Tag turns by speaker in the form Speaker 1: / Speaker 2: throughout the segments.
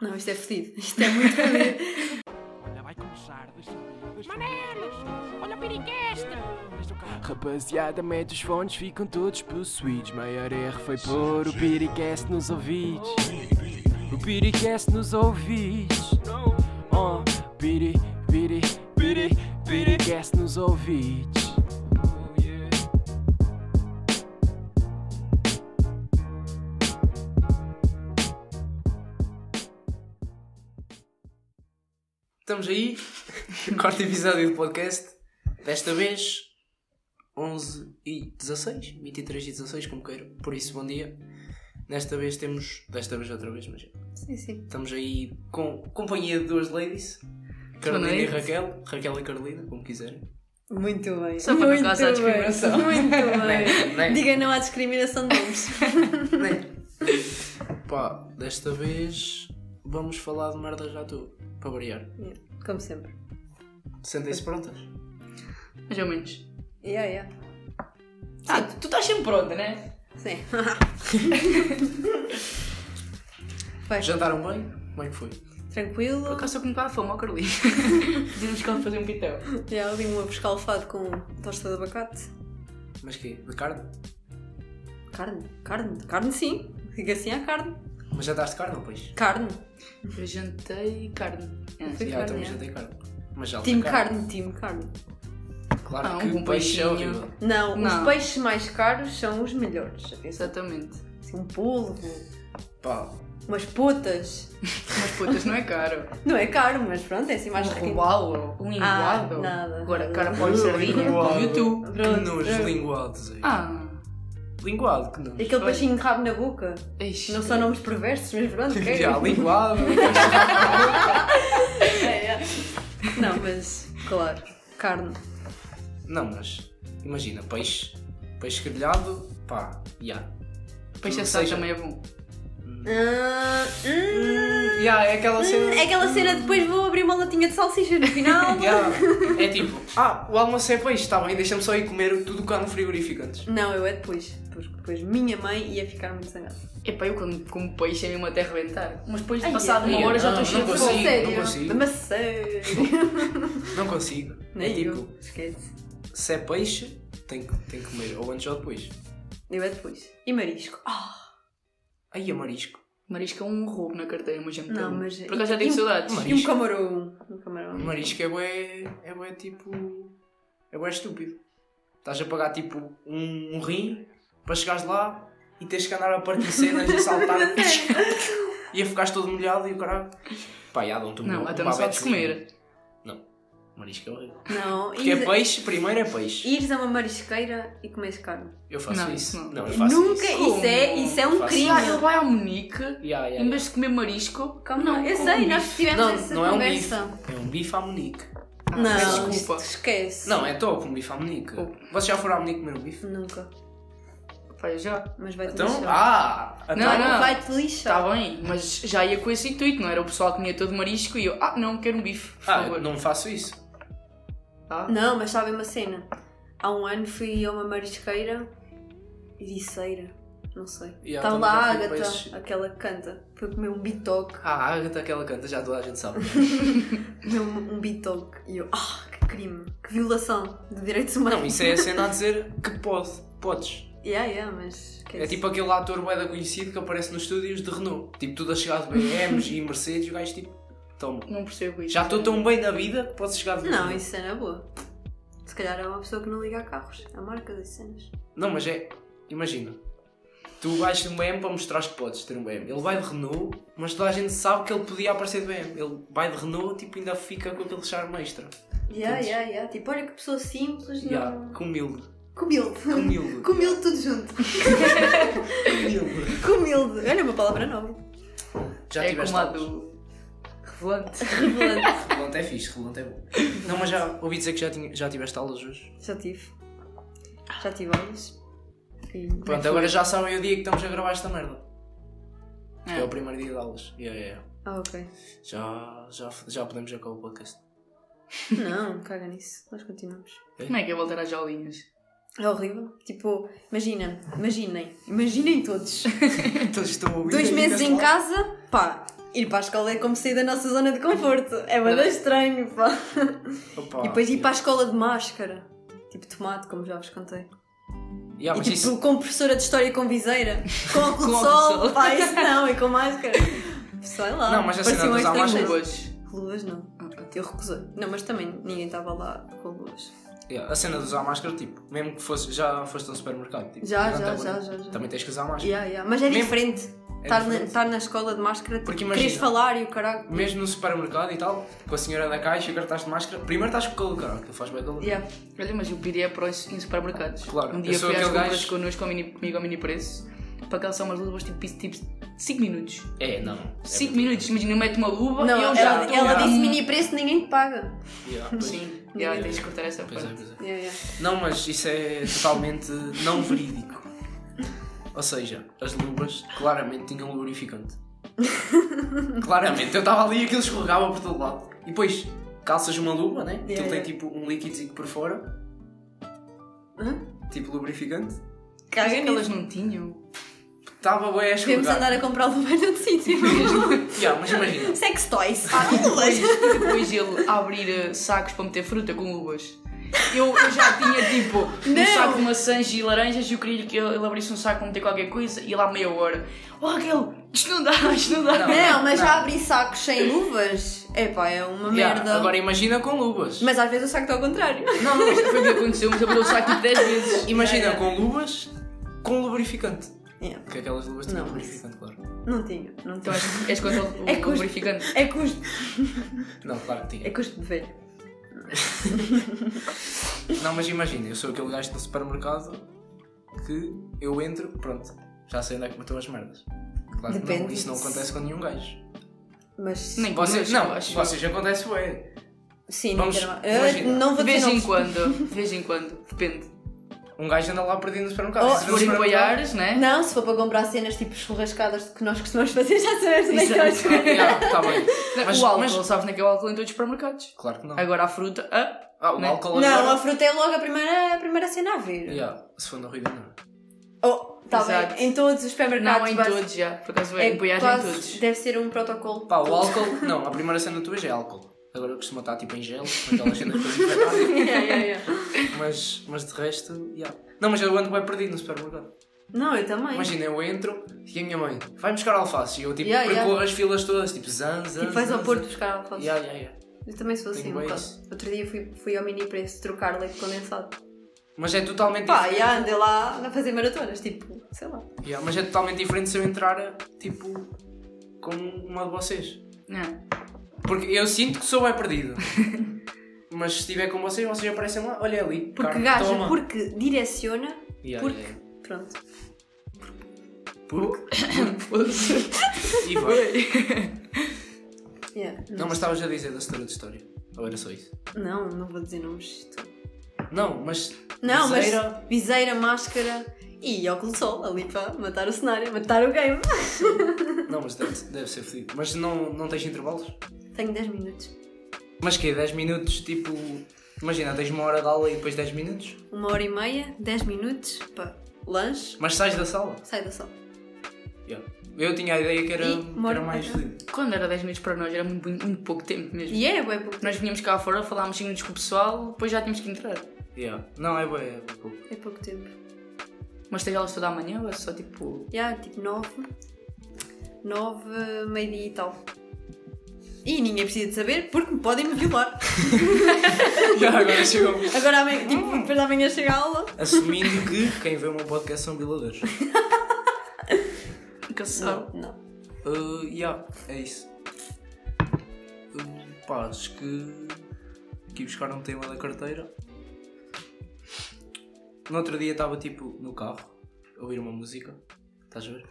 Speaker 1: Não, isto é fedido. Isto é muito fedido.
Speaker 2: Olha, vai começar, deixa deixa-
Speaker 3: Manelos! Olha o piriqueste!
Speaker 2: deixa o cara.
Speaker 4: Rapaziada, mete os fones, ficam todos possuídos. Maior erro foi pôr o piricast nos ouvidos. O piricast nos ouvidos. Oh, piri, piri, piri, piricast nos ouvidos.
Speaker 5: Estamos aí, quarto episódio do podcast. Desta vez, 11 e 16, 23 e 16, como queiro. Por isso, bom dia. Desta vez temos, desta vez outra vez, mas
Speaker 1: Sim, sim.
Speaker 5: estamos aí com companhia de duas ladies. Carolina e
Speaker 1: noite.
Speaker 5: Raquel. Raquel e Carolina, como quiserem.
Speaker 1: Muito bem.
Speaker 3: Só para não
Speaker 1: Muito
Speaker 3: causar
Speaker 1: bem.
Speaker 3: discriminação.
Speaker 1: Muito
Speaker 5: Né? Né?
Speaker 1: bem. Diga não à discriminação de nomes.
Speaker 5: Pá, desta vez vamos falar de merda já tu, para variar.
Speaker 1: Como sempre.
Speaker 5: Sentem-se prontas?
Speaker 3: Mais ou menos.
Speaker 1: Yeah, yeah.
Speaker 3: Ah, tu, tu estás sempre pronta, né?
Speaker 1: Sim.
Speaker 5: Jantaram bem? Como é que foi?
Speaker 3: Por
Speaker 1: Tranquilo.
Speaker 3: acaso estou com um bocado de fome, ó Carlinhos. Dizemos que ela fazer um pitel.
Speaker 1: Já ali um ovo escalfado com tosta de abacate.
Speaker 5: Mas que De carne?
Speaker 1: Carne. Carne. Carne sim. Diga assim à carne.
Speaker 5: Mas jantaste carne ou peixe?
Speaker 1: Carne.
Speaker 3: Eu jantei carne. É.
Speaker 1: Foi
Speaker 5: Já,
Speaker 1: carne,
Speaker 5: também
Speaker 1: é.
Speaker 5: já tem carne. Mas já
Speaker 1: Time
Speaker 5: tem
Speaker 1: carne, time carne.
Speaker 5: Claro
Speaker 3: Ah,
Speaker 5: que
Speaker 3: um
Speaker 5: um peixe é
Speaker 3: peixinho.
Speaker 5: horrível.
Speaker 1: Não,
Speaker 3: Não.
Speaker 1: os peixes mais caros são os melhores. atenção.
Speaker 3: Exatamente.
Speaker 1: Assim, um polvo,
Speaker 5: Pá,
Speaker 1: umas putas.
Speaker 3: Mas putas não é caro.
Speaker 1: Não é caro, mas pronto, é assim mais
Speaker 3: um
Speaker 1: requinte.
Speaker 3: robalo, um enguado.
Speaker 1: Ah, nada. Uh,
Speaker 3: Agora,
Speaker 1: Nada.
Speaker 3: cara, pode sardinha.
Speaker 5: Linguado.
Speaker 3: E tu?
Speaker 5: é que
Speaker 1: Pronto,
Speaker 5: nojo,
Speaker 1: pronto.
Speaker 5: linguados aí.
Speaker 3: Ah,
Speaker 5: Linguado, que nojo.
Speaker 1: Aquele peixinho de rabo na boca.
Speaker 3: eixe.
Speaker 1: Não são nomes perversos, mas pronto, ok.
Speaker 5: Já, linguado.
Speaker 1: É, é. Não, mas claro, carne.
Speaker 5: Não, mas imagina, peixe. Peixe grelhado, pá, já.
Speaker 3: Peixe
Speaker 5: Ou
Speaker 3: assado
Speaker 5: seja,
Speaker 3: também é bom.
Speaker 1: Ah, hum,
Speaker 5: Hum, já, é aquela cena.
Speaker 1: é aquela cena de depois vou abrir uma latinha de salsicha no final.
Speaker 5: Já, É tipo, ah, o almoço é peixe, está bem, deixa-me só ir comer tudo cá no frigorífico antes.
Speaker 1: Não, eu é depois. Porque depois minha mãe ia ficar muito sangrada.
Speaker 3: Epá, eu quando como peixe é mesmo até arrebentar. Mas depois de
Speaker 1: Ai, é
Speaker 3: passado uma
Speaker 5: ai,
Speaker 3: hora já
Speaker 5: não,
Speaker 3: estou cheio
Speaker 5: não
Speaker 3: de
Speaker 5: consigo,
Speaker 3: fome.
Speaker 5: não consigo.
Speaker 1: Tipo, Mas sério.
Speaker 5: Não consigo.
Speaker 1: Nem
Speaker 5: é tipo,
Speaker 1: eu. Esquece.
Speaker 5: se é peixe, tem que, tem que comer, ou antes ou depois.
Speaker 1: Eu é depois. E marisco. Ah,
Speaker 5: Aí é marisco.
Speaker 3: Marisco é um roubo na carteira, mas é muito
Speaker 1: Não,
Speaker 3: bom.
Speaker 1: mas-
Speaker 3: Por acaso já tenho
Speaker 1: e-
Speaker 3: saudades.
Speaker 1: e um
Speaker 5: Marisco.
Speaker 1: camarão. Um camarão.
Speaker 5: Marisco é bué, é bué tipo. É bué estúpido. Estás a pagar tipo um, um rim para chegares lá e tens que andar a partir cenas e a saltar e a ficares todo molhado e o caralho. Pá, já dão-te um
Speaker 3: Não,
Speaker 5: um
Speaker 3: até não sabes
Speaker 5: babetezinho.
Speaker 3: comer.
Speaker 5: Marisco é horrível.
Speaker 1: Não,
Speaker 5: Porque
Speaker 1: ires,
Speaker 5: é peixe, primeiro é peixe.
Speaker 1: ires a uma marisqueira e comes carne.
Speaker 5: Eu faço
Speaker 3: Não,
Speaker 5: isso.
Speaker 3: isso não.
Speaker 5: eu faço
Speaker 1: Nunca,
Speaker 5: isso.
Speaker 1: isso é,
Speaker 3: Como?
Speaker 1: isso é um
Speaker 5: Faço
Speaker 1: crime.
Speaker 3: Ah, ele vai ao Munique,
Speaker 5: Ya, ya,
Speaker 3: em
Speaker 5: ya.
Speaker 3: vez de comer marisco,
Speaker 1: Como
Speaker 3: não,
Speaker 1: não? Eu
Speaker 3: come
Speaker 1: sei,
Speaker 3: bife.
Speaker 1: nós tivemos essa
Speaker 5: um Não, não é um bife.
Speaker 1: conversa.
Speaker 5: É um bife à Munique.
Speaker 3: Ah, peço
Speaker 1: Não,
Speaker 3: desculpa.
Speaker 1: isto esquece.
Speaker 5: Não, é top um bife à Munique.
Speaker 3: Oh.
Speaker 5: Vocês já foram à Munique comer um bife?
Speaker 1: Nunca.
Speaker 3: Pá, eu já.
Speaker 1: Mas vai-te
Speaker 5: Então,
Speaker 1: lixar.
Speaker 5: ah! Tá Então,
Speaker 3: Não, não.
Speaker 1: Vai-te lixar.
Speaker 3: Está Tá bem, mas já ia com esse intuito, não era o pessoal que comia todo marisco e eu, ah, não, quero um bife, por
Speaker 5: Ah,
Speaker 3: favor.
Speaker 5: não faço isso.
Speaker 3: Ah,
Speaker 1: Não, mas sabem uma cena. Há um ano fui a uma marisqueira ericeira. Não sei.
Speaker 5: Ya,
Speaker 1: Estava
Speaker 5: também
Speaker 1: lá a
Speaker 5: já fui para
Speaker 1: Agatha,
Speaker 5: esses-
Speaker 1: aquela que canta. Foi comer um bitoque.
Speaker 5: Ah, a Agatha, aquela canta, já toda a gente sabe.
Speaker 1: Comeu um, um bitoque. E eu, ah, que crime. Que violação de direitos humanos.
Speaker 5: Não, isso é a cena a dizer que pode, podes.
Speaker 1: Yeah, yeah, mas.
Speaker 5: É tipo aquele ator boeda conhecido que aparece nos estúdios de Renault. Tipo, tudo a chegar de BMs e Mercedes, o gajo tipo, toma.
Speaker 3: não percebo isso.
Speaker 5: Já estou tão bem na vida que posso chegar de
Speaker 1: Não,
Speaker 5: Renault.
Speaker 1: isso é na boa. Se calhar é uma pessoa que não liga a carros, É a marcas e cenas.
Speaker 5: Não, mas é, imagina. Tu vais de um BM para mostrar que podes ter um BM. Ele vai de Renault, mas toda a gente sabe que ele podia aparecer de BM. Ele vai de Renault, tipo, ainda fica com aquele charme extra.
Speaker 1: Yeah,
Speaker 5: Todos.
Speaker 1: yeah, yeah. Tipo, olha que pessoa simples,
Speaker 5: Ya,
Speaker 1: não.
Speaker 5: que humilde.
Speaker 1: Que humilde.
Speaker 5: Que humilde.
Speaker 1: Que humilde tudo junto.
Speaker 5: Que humilde.
Speaker 1: Que humilde. Olha uma palavra nova.
Speaker 5: Já
Speaker 3: é
Speaker 5: tiveste
Speaker 3: como a
Speaker 5: aulas?
Speaker 3: do... Revolante.
Speaker 1: Revelante.
Speaker 5: Relante é fixe, relante é bom. Não, mas já ouvi dizer que já, tinha, já tiveste aulas hoje.
Speaker 1: Já tive. Já tive aulas. E-
Speaker 5: Pronto, agora já sabem o dia que estamos a gravar esta merda. Que é,
Speaker 3: É.
Speaker 5: o primeiro dia de aulas. Yeah, yeah, yeah.
Speaker 1: Ah, ok.
Speaker 5: Já, já, já podemos acabar o podcast.
Speaker 1: Não, caga nisso. Nós continuamos.
Speaker 3: Como é que é voltar às aulinhas?
Speaker 1: É horrível. Tipo, imagina, imaginem, imaginem todos.
Speaker 5: Então estou a ouvir.
Speaker 1: Dois
Speaker 5: aí,
Speaker 1: meses
Speaker 5: estás
Speaker 1: em
Speaker 5: lá.
Speaker 1: casa, pá, ir para a escola é como sair da nossa zona de conforto. É bastante estranho, pá.
Speaker 5: Opa. tipo,
Speaker 1: E depois ir para a escola de máscara. Tipo tomate, como já vos contei.
Speaker 5: Yeah,
Speaker 1: E
Speaker 5: Ah, mas
Speaker 1: tipo
Speaker 5: isso-
Speaker 1: com professora de história com viseira. Com óculos de
Speaker 3: Com óculos de
Speaker 1: sol.
Speaker 3: sol.
Speaker 1: Pá, isso não. E com máscara. Sei lá.
Speaker 5: Não, mas a
Speaker 1: parecia
Speaker 5: cena
Speaker 1: um
Speaker 5: de usar
Speaker 1: extremo.
Speaker 5: máscara-
Speaker 3: Luvas.
Speaker 1: Luvas não. Ah, Eu recusei. Não, mas também ninguém estava lá com luvas.
Speaker 5: Yeah, a cena de usar máscara, tipo, mesmo que fosse, já foste a um supermercado, tipo,
Speaker 1: Já,
Speaker 5: durante
Speaker 1: já,
Speaker 5: a
Speaker 1: já,
Speaker 5: hora,
Speaker 1: já, já.
Speaker 5: Também tens que usar máscara.
Speaker 1: Yeah, yeah. Mas é
Speaker 5: Mesmo-
Speaker 1: diferente.
Speaker 5: É
Speaker 1: Estar na,
Speaker 5: diferente.
Speaker 1: estar na escola de máscara, tipo,
Speaker 5: Porque
Speaker 1: queres
Speaker 5: imagina-
Speaker 1: falar e o caralho.
Speaker 5: Mesmo no supermercado e tal, com a senhora da caixa, agora estás de máscara. Primeiro estás com calor, caralho, que faz bem calor.
Speaker 1: Yeah.
Speaker 3: Olha, mas eu pedi para os em supermercados.
Speaker 5: Claro,
Speaker 3: um
Speaker 5: eu
Speaker 3: dia
Speaker 5: sou
Speaker 3: fui às
Speaker 5: aquele
Speaker 3: compras
Speaker 5: gajo-
Speaker 3: connosco ao mini, comigo ao mini preço para calçar umas luvas tipo 5 tipo, cinco minutos.
Speaker 5: É, não.
Speaker 3: 5 minutos, imagina, mete uma
Speaker 5: Oh,
Speaker 3: luva
Speaker 1: Não,
Speaker 3: e eu
Speaker 1: ela,
Speaker 3: já
Speaker 1: ela
Speaker 5: yeah.
Speaker 1: disse mini preço, ninguém te paga.
Speaker 5: Yeah, pois-
Speaker 3: Sim, e ela tens de cortar essa
Speaker 5: Pois é,
Speaker 3: parte.
Speaker 5: pois é.
Speaker 1: Yeah, yeah.
Speaker 5: Não, mas isso é totalmente não verídico. Ou seja, as luvas claramente tinham um lubrificante. claramente, eu estava ali e aquilo escorregava por todo lado. E depois calças uma luva, né? Aquilo
Speaker 1: Yeah,
Speaker 5: tem
Speaker 1: yeah.
Speaker 5: tipo um líquidozinho por fora,
Speaker 1: Hã?
Speaker 5: tipo lubrificante.
Speaker 3: Mas é
Speaker 1: Caga
Speaker 3: que elas
Speaker 1: nisso.
Speaker 3: não tinham.
Speaker 5: Estava bem a
Speaker 1: Devemos
Speaker 5: escorregar.
Speaker 1: andar a comprar luva noutro sítio.
Speaker 5: Yeah, mas imagina,
Speaker 1: Sex toys. Ah, luvas.
Speaker 3: E depois ele a abrir eh, sacos para meter fruta com luvas. Eu, eu já tinha tipo
Speaker 1: Não.
Speaker 3: um saco de maçãs e laranjas e eu queria que ele, ele abrisse um saco para meter qualquer coisa e lá meia hora. Oh Raquel, isto não dá, isto não dá.
Speaker 5: Não.
Speaker 1: Não, mas já abri sacos sem luvas. Epá, é uma
Speaker 5: yeah,
Speaker 1: merda.
Speaker 5: agora imagina com luvas.
Speaker 1: Mas às vezes o saco está ao contrário.
Speaker 3: Não, não, isto foi o que aconteceu, mas eu vou o saco tipo 10 vezes.
Speaker 5: Imagina com luvas com lubrificante.
Speaker 1: Yeah.
Speaker 5: Porque aquelas luvas tinham
Speaker 1: Não, mas-
Speaker 5: lubrificante, claro.
Speaker 1: Não tinha, não
Speaker 3: Então
Speaker 1: tinha.
Speaker 3: és, és contra o,
Speaker 1: É
Speaker 3: é
Speaker 1: custo.
Speaker 3: o lubrificante.
Speaker 1: É custo.
Speaker 5: Não, claro que tinha.
Speaker 1: É custo de velho.
Speaker 5: Não, mas imagina, eu sou aquele gajo do supermercado que eu entro, pronto, já sei onde é que matou as merdas. Claro que não,
Speaker 1: Depende.
Speaker 5: isso não acontece com nenhum gajo.
Speaker 1: Mas.
Speaker 3: Nem
Speaker 5: Vocês,
Speaker 3: connosco,
Speaker 5: não,
Speaker 3: acho.
Speaker 5: vocês acontece bem.
Speaker 1: Sim,
Speaker 5: Vamos-
Speaker 1: não quero mais.
Speaker 5: imagina.
Speaker 1: Ah, Não
Speaker 3: De
Speaker 1: vou dizer
Speaker 3: vez em
Speaker 1: nomes.
Speaker 3: quando, de vez em quando, depende.
Speaker 5: Um gajo anda lá perdido no supermercado.
Speaker 1: Oh,
Speaker 5: Se
Speaker 3: Se
Speaker 5: for
Speaker 3: forem
Speaker 5: supermercado-
Speaker 3: boiares, né?
Speaker 1: Não, se for para comprar cenas tipo churrascadas que nós costumamos fazer, já sabemos onde é que
Speaker 3: Exato.
Speaker 1: nós comemos.
Speaker 5: Yeah, tá bem. Mas-
Speaker 3: o álcool,
Speaker 5: mas-
Speaker 3: sabes onde é que é o álcool em todos os supermercados?
Speaker 5: Claro que não.
Speaker 3: Agora a fruta, ah,
Speaker 5: Ah, o
Speaker 3: né?
Speaker 5: álcool
Speaker 1: Não, a
Speaker 5: agora.
Speaker 1: fruta é logo a primeira, a primeira cena a ver.
Speaker 5: Yeah, se for no Rio de Janeiro.
Speaker 1: Oh, tá
Speaker 3: Exato.
Speaker 1: bem. Em todos os supermercados.
Speaker 3: não em
Speaker 1: base-
Speaker 3: todos já, por acaso é,
Speaker 1: É
Speaker 3: em boiares em
Speaker 1: quase-
Speaker 3: todos.
Speaker 1: Deve ser um protocolo.
Speaker 5: Pá, o álcool. Não, a primeira cena tua já é álcool. Agora eu costumo estar tipo em gel, com aquelas cenas para desinfetar.
Speaker 1: Yeah, yeah, yeah.
Speaker 5: mas, mas de resto, yeah. Não, mas eu ando bem perdido no supermercado.
Speaker 1: Não, eu também.
Speaker 5: Imagina, eu entro e a minha mãe vai buscar alface e eu tipo
Speaker 1: Yeah,
Speaker 5: percorro
Speaker 1: yeah.
Speaker 5: as filas todas, tipo zan, zan.
Speaker 1: Tipo, vais ao
Speaker 5: zan,
Speaker 1: Porto
Speaker 5: zan.
Speaker 1: buscar alface.
Speaker 5: Yeah, yeah, yeah.
Speaker 1: Eu também sou assim,
Speaker 5: Tenho
Speaker 1: um
Speaker 5: bem
Speaker 1: bocado.
Speaker 5: isso.
Speaker 1: Outro dia fui, fui ao mini preço trocar leite condensado.
Speaker 5: Mas é totalmente
Speaker 1: Pá,
Speaker 5: diferente.
Speaker 1: já andei lá a fazer maratonas, tipo, sei lá.
Speaker 5: Yeah, mas é totalmente diferente se eu entrar tipo como uma de vocês.
Speaker 3: Não.
Speaker 5: Porque eu sinto que sou bem perdido. mas se estiver com vocês, vocês aparecem lá, olha é ali.
Speaker 1: Porque
Speaker 5: cara,
Speaker 1: gaja,
Speaker 5: toma.
Speaker 1: porque direciona,
Speaker 5: Yeah,
Speaker 1: porque.
Speaker 5: yeah,
Speaker 1: Pronto.
Speaker 5: yeah. Porque. e vai.
Speaker 1: Yeah,
Speaker 5: Não, mas estavas a dizer da história de história. Ou era só isso?
Speaker 1: Não, não vou dizer nomes. tu.
Speaker 5: Não, mas.
Speaker 1: Não,
Speaker 5: Viseira-
Speaker 1: mas viseira, máscara e óculos de sol ali para matar o cenário, matar o game.
Speaker 5: Não, mas deve, deve ser fodido. Mas não, não tens intervalos?
Speaker 1: Tenho 10 minutos.
Speaker 5: Mas que 10 minutos, tipo. Imagina, tens uma hora de aula e depois 10 minutos.
Speaker 1: Uma hora e meia, 10 minutos para lanche,
Speaker 5: Mas sais da sala.
Speaker 1: sai da sala.
Speaker 5: Yeah. Eu tinha a ideia que era, um,
Speaker 1: E
Speaker 5: que
Speaker 1: uma hora
Speaker 5: era mais
Speaker 1: e
Speaker 5: fodido.
Speaker 3: Quando era 10 minutos para nós, era muito, muito pouco tempo mesmo.
Speaker 1: E era bué pouco.
Speaker 3: Nós vinhamos cá fora, falámos 5 minutos com o pessoal, depois já tínhamos que entrar.
Speaker 5: Yeah. Não, é boa, é boa.
Speaker 1: É pouco tempo.
Speaker 3: Mas tens aulas toda a manhã ou é só tipo.
Speaker 1: Já, tipo 9. 9, meio-dia e tal. E ninguém precisa de saber porque podem me violar.
Speaker 5: yeah, agora chegou.
Speaker 1: Agora, amanhã- tipo, depois da manhã chega a aula.
Speaker 5: Assumindo que quem vê o meu podcast são violadores.
Speaker 3: Nunca se sabe.
Speaker 1: não.
Speaker 5: Uh, yeah, é isso. Uh, pá, acho que. Aqui buscar um tema da carteira. No outro dia estava tipo no carro a ouvir uma música, estás a ver?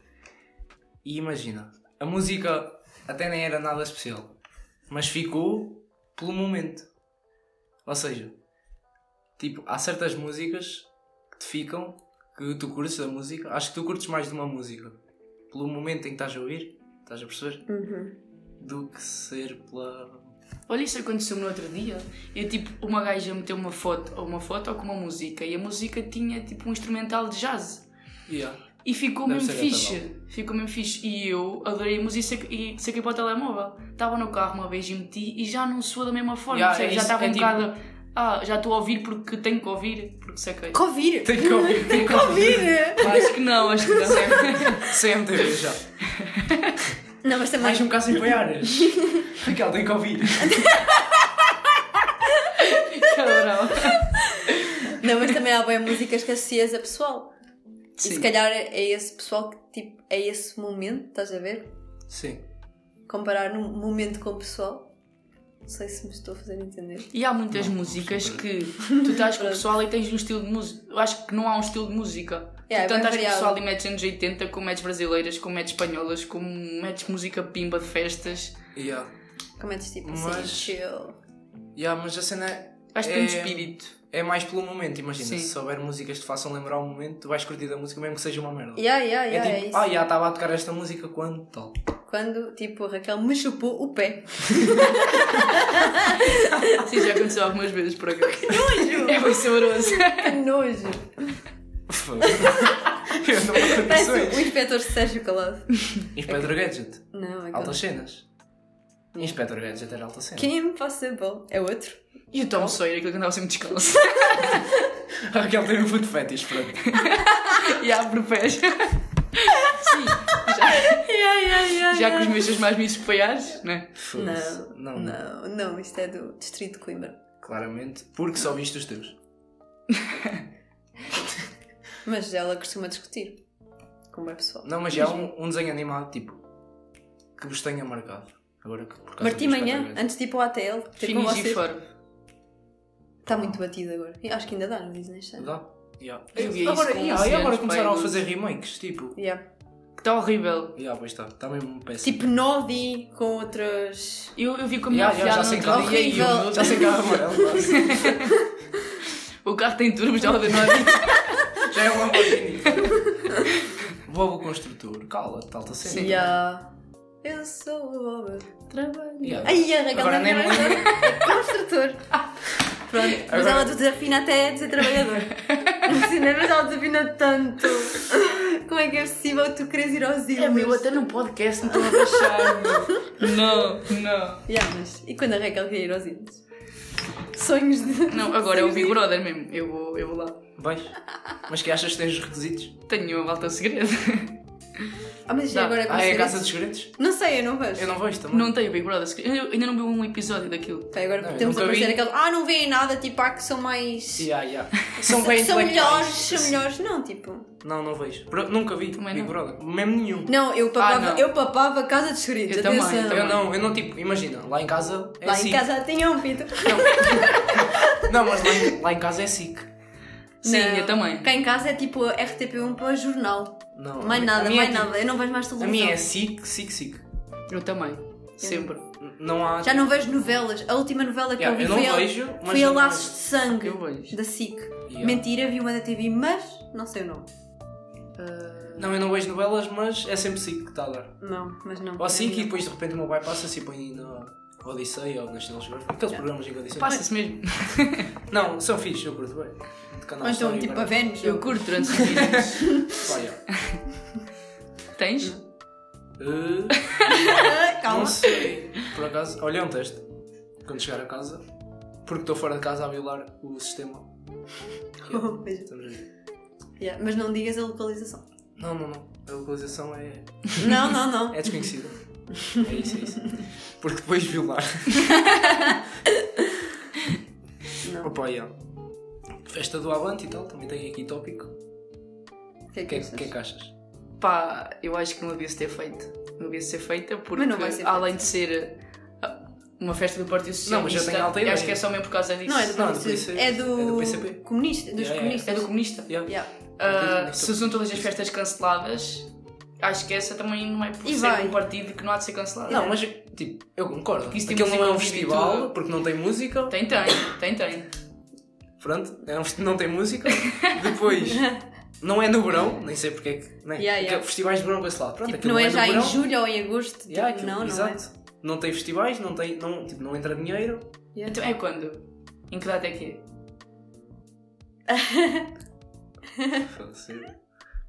Speaker 5: E imagina, a música até nem era nada especial, mas ficou pelo momento. Ou seja, tipo, há certas músicas que te ficam, que tu curtes da música, acho que tu curtes mais de uma música pelo momento em que estás a ouvir, estás a perceber?
Speaker 1: Uhum.
Speaker 5: Do que ser pela.
Speaker 3: Olha, isso aconteceu no outro dia. Eu, tipo, uma gaja meteu uma foto, ou uma foto ou com uma música, e a música tinha, tipo, um instrumental de jazz.
Speaker 5: Yeah.
Speaker 3: E ficou
Speaker 5: Deve
Speaker 3: mesmo
Speaker 5: ser
Speaker 3: fixe. Ficou mesmo fixe. E eu adorei a música e saquei para o telemóvel. Estava no carro uma vez e meti e já não soa da mesma forma.
Speaker 5: Yeah,
Speaker 3: percebes?
Speaker 5: é
Speaker 3: já
Speaker 5: isso,
Speaker 3: estava
Speaker 5: é
Speaker 3: um
Speaker 5: tipo-
Speaker 3: bocado. Ah, já estou a ouvir porque tenho que é." ouvir, porque saquei.
Speaker 1: Covid!
Speaker 5: Tem que ouvir, tem que ouvir.
Speaker 1: Covid!
Speaker 3: Acho que não, acho que não.
Speaker 5: CMTV já.
Speaker 1: Não, mas também.
Speaker 5: Mais um caso em Paiaras. Raquel, tem que ouvir.
Speaker 3: Cabrão.
Speaker 1: Não, mas também há bem músicas que associas a pessoal. E se calhar é esse pessoal que, tipo, é esse momento, estás a ver?
Speaker 5: Sim.
Speaker 1: Comparar num momento com o pessoal. Não sei se me estou a fazer entender.
Speaker 3: E há muitas músicas que tu estás com o pessoal e tens um estilo de música. Eu acho que não há um estilo de música.
Speaker 1: Yeah, é
Speaker 3: tu
Speaker 1: bem
Speaker 3: tanto estás com o
Speaker 1: variável.
Speaker 3: pessoal e metes anos 80, com metes brasileiras, com metes espanholas, com metes música pimba de festas.
Speaker 5: Yeah.
Speaker 1: Como é que tipo assim,
Speaker 5: Mas-
Speaker 1: chill.
Speaker 5: Yeah, mas a cena é,
Speaker 3: Acho que tem um
Speaker 5: É.
Speaker 3: espírito.
Speaker 5: é mais pelo momento, imagina.
Speaker 3: Sim.
Speaker 5: Se souber músicas que te façam lembrar o momento, tu vais curtir da música mesmo que seja uma merda.
Speaker 1: Yeah, yeah, yeah,
Speaker 5: é
Speaker 1: é,
Speaker 5: tipo,
Speaker 1: isso.
Speaker 5: ah, já estava a tocar esta música quando tal.
Speaker 1: Quando, tipo, a Raquel me chupou o pé.
Speaker 3: Sim, já aconteceu algumas vezes por acaso. É bem saboroso.
Speaker 1: Que nojo!
Speaker 5: Eu não me
Speaker 1: Parece um
Speaker 5: aconteceu
Speaker 1: o inspetor Sérgio Calado.
Speaker 5: isso. Inspector Gadget.
Speaker 1: Não, é
Speaker 5: Altas
Speaker 1: aquele.
Speaker 5: cenas. Inspector Gadget era alta cena.
Speaker 1: Kim Possible. É outro.
Speaker 3: E o Tom Sawyer, aquele que andava sempre descalço.
Speaker 5: A Raquel tem um food fetish, pronto.
Speaker 3: E abre pés. Sim, já,
Speaker 1: Yeah, yeah, yeah,
Speaker 3: já com os meus mais miúdos espalhares, né?
Speaker 5: Foda-se.
Speaker 1: Não, não, não, isto é do Distrito de Coimbra.
Speaker 5: Claramente. Porque só viste os teus.
Speaker 1: Mas ela costuma discutir. Como é pessoal.
Speaker 5: Não, mas já há um, um desenho animado, tipo, que vos tenha marcado. Agora que por causa
Speaker 1: Martim
Speaker 5: do
Speaker 1: Manhã,
Speaker 5: Inspector Gadget.
Speaker 1: antes de ir para o ATL, ter com
Speaker 3: Finis e
Speaker 1: vocês.
Speaker 3: fora.
Speaker 1: Está muito batido agora. Eu acho que ainda dá, não diz neste ano.
Speaker 5: Dá? Yeah.
Speaker 3: Eu vi isso
Speaker 5: agora,
Speaker 3: com
Speaker 5: yeah,
Speaker 3: 11
Speaker 5: e agora
Speaker 3: anos,
Speaker 5: começaram
Speaker 3: pai,
Speaker 5: a fazer remakes, tipo.
Speaker 1: Yeah.
Speaker 3: Que está horrível.
Speaker 5: Yeah, pois está, está mesmo um péssimo.
Speaker 1: Tipo Nodi com outras.
Speaker 3: Eu, eu vi com a minha
Speaker 5: Yeah, yeah,
Speaker 3: afilhada
Speaker 5: já é
Speaker 3: no
Speaker 5: sem
Speaker 3: outro
Speaker 5: carro
Speaker 1: dia.
Speaker 5: e um
Speaker 1: Horrível.
Speaker 5: já sem carro amarelo.
Speaker 3: O carro tem turbo, já o da noite.
Speaker 5: Já é um Lamborghini. Bobo construtor, cala-te, alta cena.
Speaker 3: Sim.
Speaker 1: Yeah. Eu sou o Boba.
Speaker 5: Yeah.
Speaker 1: Ai, a Raquel
Speaker 5: Agora
Speaker 1: não
Speaker 5: nem
Speaker 1: é
Speaker 5: me-
Speaker 1: trabalhador, é construtor. Pronto, mas
Speaker 5: Agora-
Speaker 1: ela desafina até de ser trabalhador. Sim, né? mas ela desafina tanto. Como é que é possível tu queres ir aos
Speaker 3: É meu,
Speaker 1: ilhos?
Speaker 3: até no podcast me estão a baixar. meu. Não, não.
Speaker 1: Yeah, mas e quando a Raquel quer ir aos ilhos? Sonhos de.
Speaker 3: Não, agora é o Big Brother mesmo. Eu vou, eu vou lá.
Speaker 5: Vais? Mas que achas que tens os requisitos?
Speaker 3: Tenho uma malta segredo.
Speaker 1: Ah, mas
Speaker 3: Dá.
Speaker 1: agora é com
Speaker 5: Ah, é a
Speaker 1: segredos.
Speaker 5: Casa dos Segredos?
Speaker 1: Não sei, eu não vejo.
Speaker 5: Eu não vejo também.
Speaker 3: Não tenho Big Brother segredo. Eu ainda não vi um episódio daquilo.
Speaker 1: Pá, agora
Speaker 5: Não, eu
Speaker 1: podemos
Speaker 5: nunca
Speaker 1: aparecer
Speaker 5: vi.
Speaker 1: aqueles. Ah, não veem nada, tipo, ah, que são mais.
Speaker 5: Yeah, yeah. São um bem
Speaker 1: são melhores,
Speaker 5: intelectuais.
Speaker 1: são melhores. Não, tipo.
Speaker 5: Não, não vejo. Pro- Nunca vi
Speaker 3: Também
Speaker 5: Big
Speaker 3: não.
Speaker 5: Brother. Mesmo nenhum.
Speaker 1: Não, eu papava,
Speaker 3: não.
Speaker 1: Eu papava a casa de chorizo.
Speaker 3: Eu também,
Speaker 1: atenção.
Speaker 3: também.
Speaker 5: Eu não, eu não tipo, imagina, lá em casa é
Speaker 1: Lá
Speaker 5: sick.
Speaker 1: em casa tinha um pito.
Speaker 5: Não, mas lá em, lá em casa é sick.
Speaker 3: Sim,
Speaker 1: Não.
Speaker 3: eu também.
Speaker 1: Cá em casa é tipo a RTP1 para jornal.
Speaker 5: Não, a
Speaker 1: Mais
Speaker 5: mi- a
Speaker 1: nada,
Speaker 5: minha
Speaker 1: mais
Speaker 5: é, tipo-
Speaker 1: nada. Eu não vejo mais
Speaker 5: A
Speaker 1: televisão.
Speaker 5: minha é sick, sick, sick.
Speaker 3: Eu também. Sempre.
Speaker 5: N- Não há. tipo,
Speaker 1: Já não vejo novelas. A última novela que
Speaker 5: Yeah,
Speaker 1: eu vi
Speaker 5: eu não
Speaker 1: foi, a-
Speaker 5: vejo, mas
Speaker 1: foi a
Speaker 5: não
Speaker 1: Laços
Speaker 5: vejo.
Speaker 1: de Sangue
Speaker 3: Eu vejo.
Speaker 1: da SIC.
Speaker 5: Yeah.
Speaker 1: Mentira, vi uma da TV, mas não sei o nome.
Speaker 5: Não, eu não vejo novelas, mas é sempre sick que está a dar.
Speaker 1: Não, mas não. É
Speaker 5: Ou sick e depois de repente o meu pai passa-se e põe na Odisseia ou nas telesgráficas. Aqueles programas em que Odisseia.
Speaker 3: Passa-se mesmo.
Speaker 5: Não, são fixos, eu curto bem. De canal
Speaker 1: Ou então
Speaker 5: Story,
Speaker 1: tipo a
Speaker 5: agora.
Speaker 1: Vênus.
Speaker 3: Eu curto durante os vídeos.
Speaker 5: Pá, yeah.
Speaker 3: Tens?
Speaker 5: Uh,
Speaker 1: Ah, Calma.
Speaker 5: Não sei. Por acaso, olha é um teste. Quando chegar a casa, porque estou fora de casa a violar o sistema.
Speaker 1: Oh,
Speaker 5: Yeah,
Speaker 1: beijo.
Speaker 5: estamos aí.
Speaker 1: Yeah, Mas não digas a localização.
Speaker 5: Não, não, não. A localização é,
Speaker 1: Não, não, não.
Speaker 5: é desconhecida. É isso, é isso. Porque depois violar.
Speaker 1: Não.
Speaker 5: Opa, yeah. Festa do Avante e tal, também tem aqui tópico.
Speaker 1: O que é
Speaker 5: O que,
Speaker 1: que
Speaker 5: é- o que
Speaker 1: achas?
Speaker 5: é que achas?
Speaker 3: Pá, eu acho que não devia-se ter feito. Não devia ser feita porque,
Speaker 1: Mas não vai ser
Speaker 3: além de ser ah, uma festa do Partido Socialista,
Speaker 5: Não, mas eu tenho alta
Speaker 3: eu acho
Speaker 5: ideia.
Speaker 3: que é só mesmo por causa disso.
Speaker 1: Não, é do
Speaker 5: Não, é do
Speaker 1: Partido
Speaker 5: PCP.
Speaker 1: É
Speaker 5: É do
Speaker 1: do
Speaker 5: PCP.
Speaker 1: comunista. Dos
Speaker 5: Yeah, yeah.
Speaker 1: comunistas.
Speaker 3: É do comunista.
Speaker 5: Yeah.
Speaker 1: Yeah.
Speaker 3: Ah, se são todas as festas canceladas, acho que essa também não é por
Speaker 1: E
Speaker 3: ser
Speaker 1: vai.
Speaker 3: um partido que não há de ser cancelado.
Speaker 5: Não, mas tipo, eu concordo.
Speaker 3: Porque isso tem
Speaker 5: Aquilo não é um
Speaker 3: música ao vivo e
Speaker 5: festival,
Speaker 3: tudo.
Speaker 5: porque não tem música.
Speaker 3: Tem, tem, tem, tem.
Speaker 5: Pronto, é um fest- não tem música. Depois, não é no verão, nem sei porque é que. Né?
Speaker 1: Yeah, yeah.
Speaker 5: Porque Festivais de verão cancelado. Pronto,
Speaker 1: Tipo,
Speaker 5: aquilo
Speaker 1: não é
Speaker 5: no
Speaker 1: já em
Speaker 5: verão.
Speaker 1: julho ou em agosto.
Speaker 5: Yeah,
Speaker 1: tipo,
Speaker 5: aquilo-
Speaker 1: não, não é.
Speaker 5: exato. Não tem festivais, não, tem, não, tipo, não entra dinheiro.
Speaker 1: Yeah.
Speaker 3: Então é quando? Em que data é que é?
Speaker 5: Foda-se.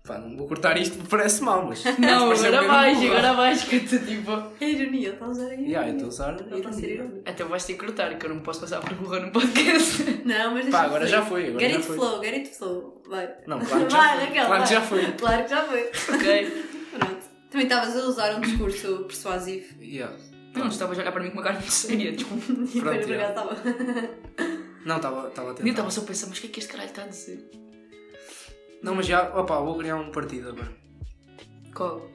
Speaker 5: Pá, não vou cortar isto, me parece mal, mas.
Speaker 3: Não,
Speaker 5: mas pareceu um
Speaker 3: agora vais,
Speaker 5: bocadinho burro.
Speaker 3: agora vais, que eu tô tipo.
Speaker 1: É ironia, está a usar a ironia.
Speaker 5: Yeah, então- eu estou a usar.
Speaker 1: Ele está a ser
Speaker 5: ironia.
Speaker 1: irónico.
Speaker 3: Até vais ter que cortar, que eu não posso passar por burra no podcast.
Speaker 1: Não, mas deixa
Speaker 5: Pá, agora
Speaker 1: fluir.
Speaker 5: já foi, agora
Speaker 1: Get
Speaker 5: já
Speaker 1: it
Speaker 5: foi.
Speaker 1: flow, get it flow. Vai.
Speaker 5: Não, claro que já
Speaker 1: vai,
Speaker 5: foi.
Speaker 1: Raquel,
Speaker 5: Claro que
Speaker 1: vai.
Speaker 5: já foi.
Speaker 1: Claro que já foi.
Speaker 3: ok.
Speaker 1: Pronto. Também estavas a usar um discurso persuasivo.
Speaker 5: Yeah.
Speaker 3: Não, estavas a olhar para mim com uma cara muito séria, desculpa.
Speaker 1: E
Speaker 5: Pronto,
Speaker 1: depois o
Speaker 5: yeah.
Speaker 1: Miguel estava.
Speaker 5: Não, estava a
Speaker 3: Nem
Speaker 5: tentar.
Speaker 3: estava só a pensar, mas o que é que este caralho está a dizer?
Speaker 5: Não, mas já, opa, vou criar um partido agora.
Speaker 3: Qual?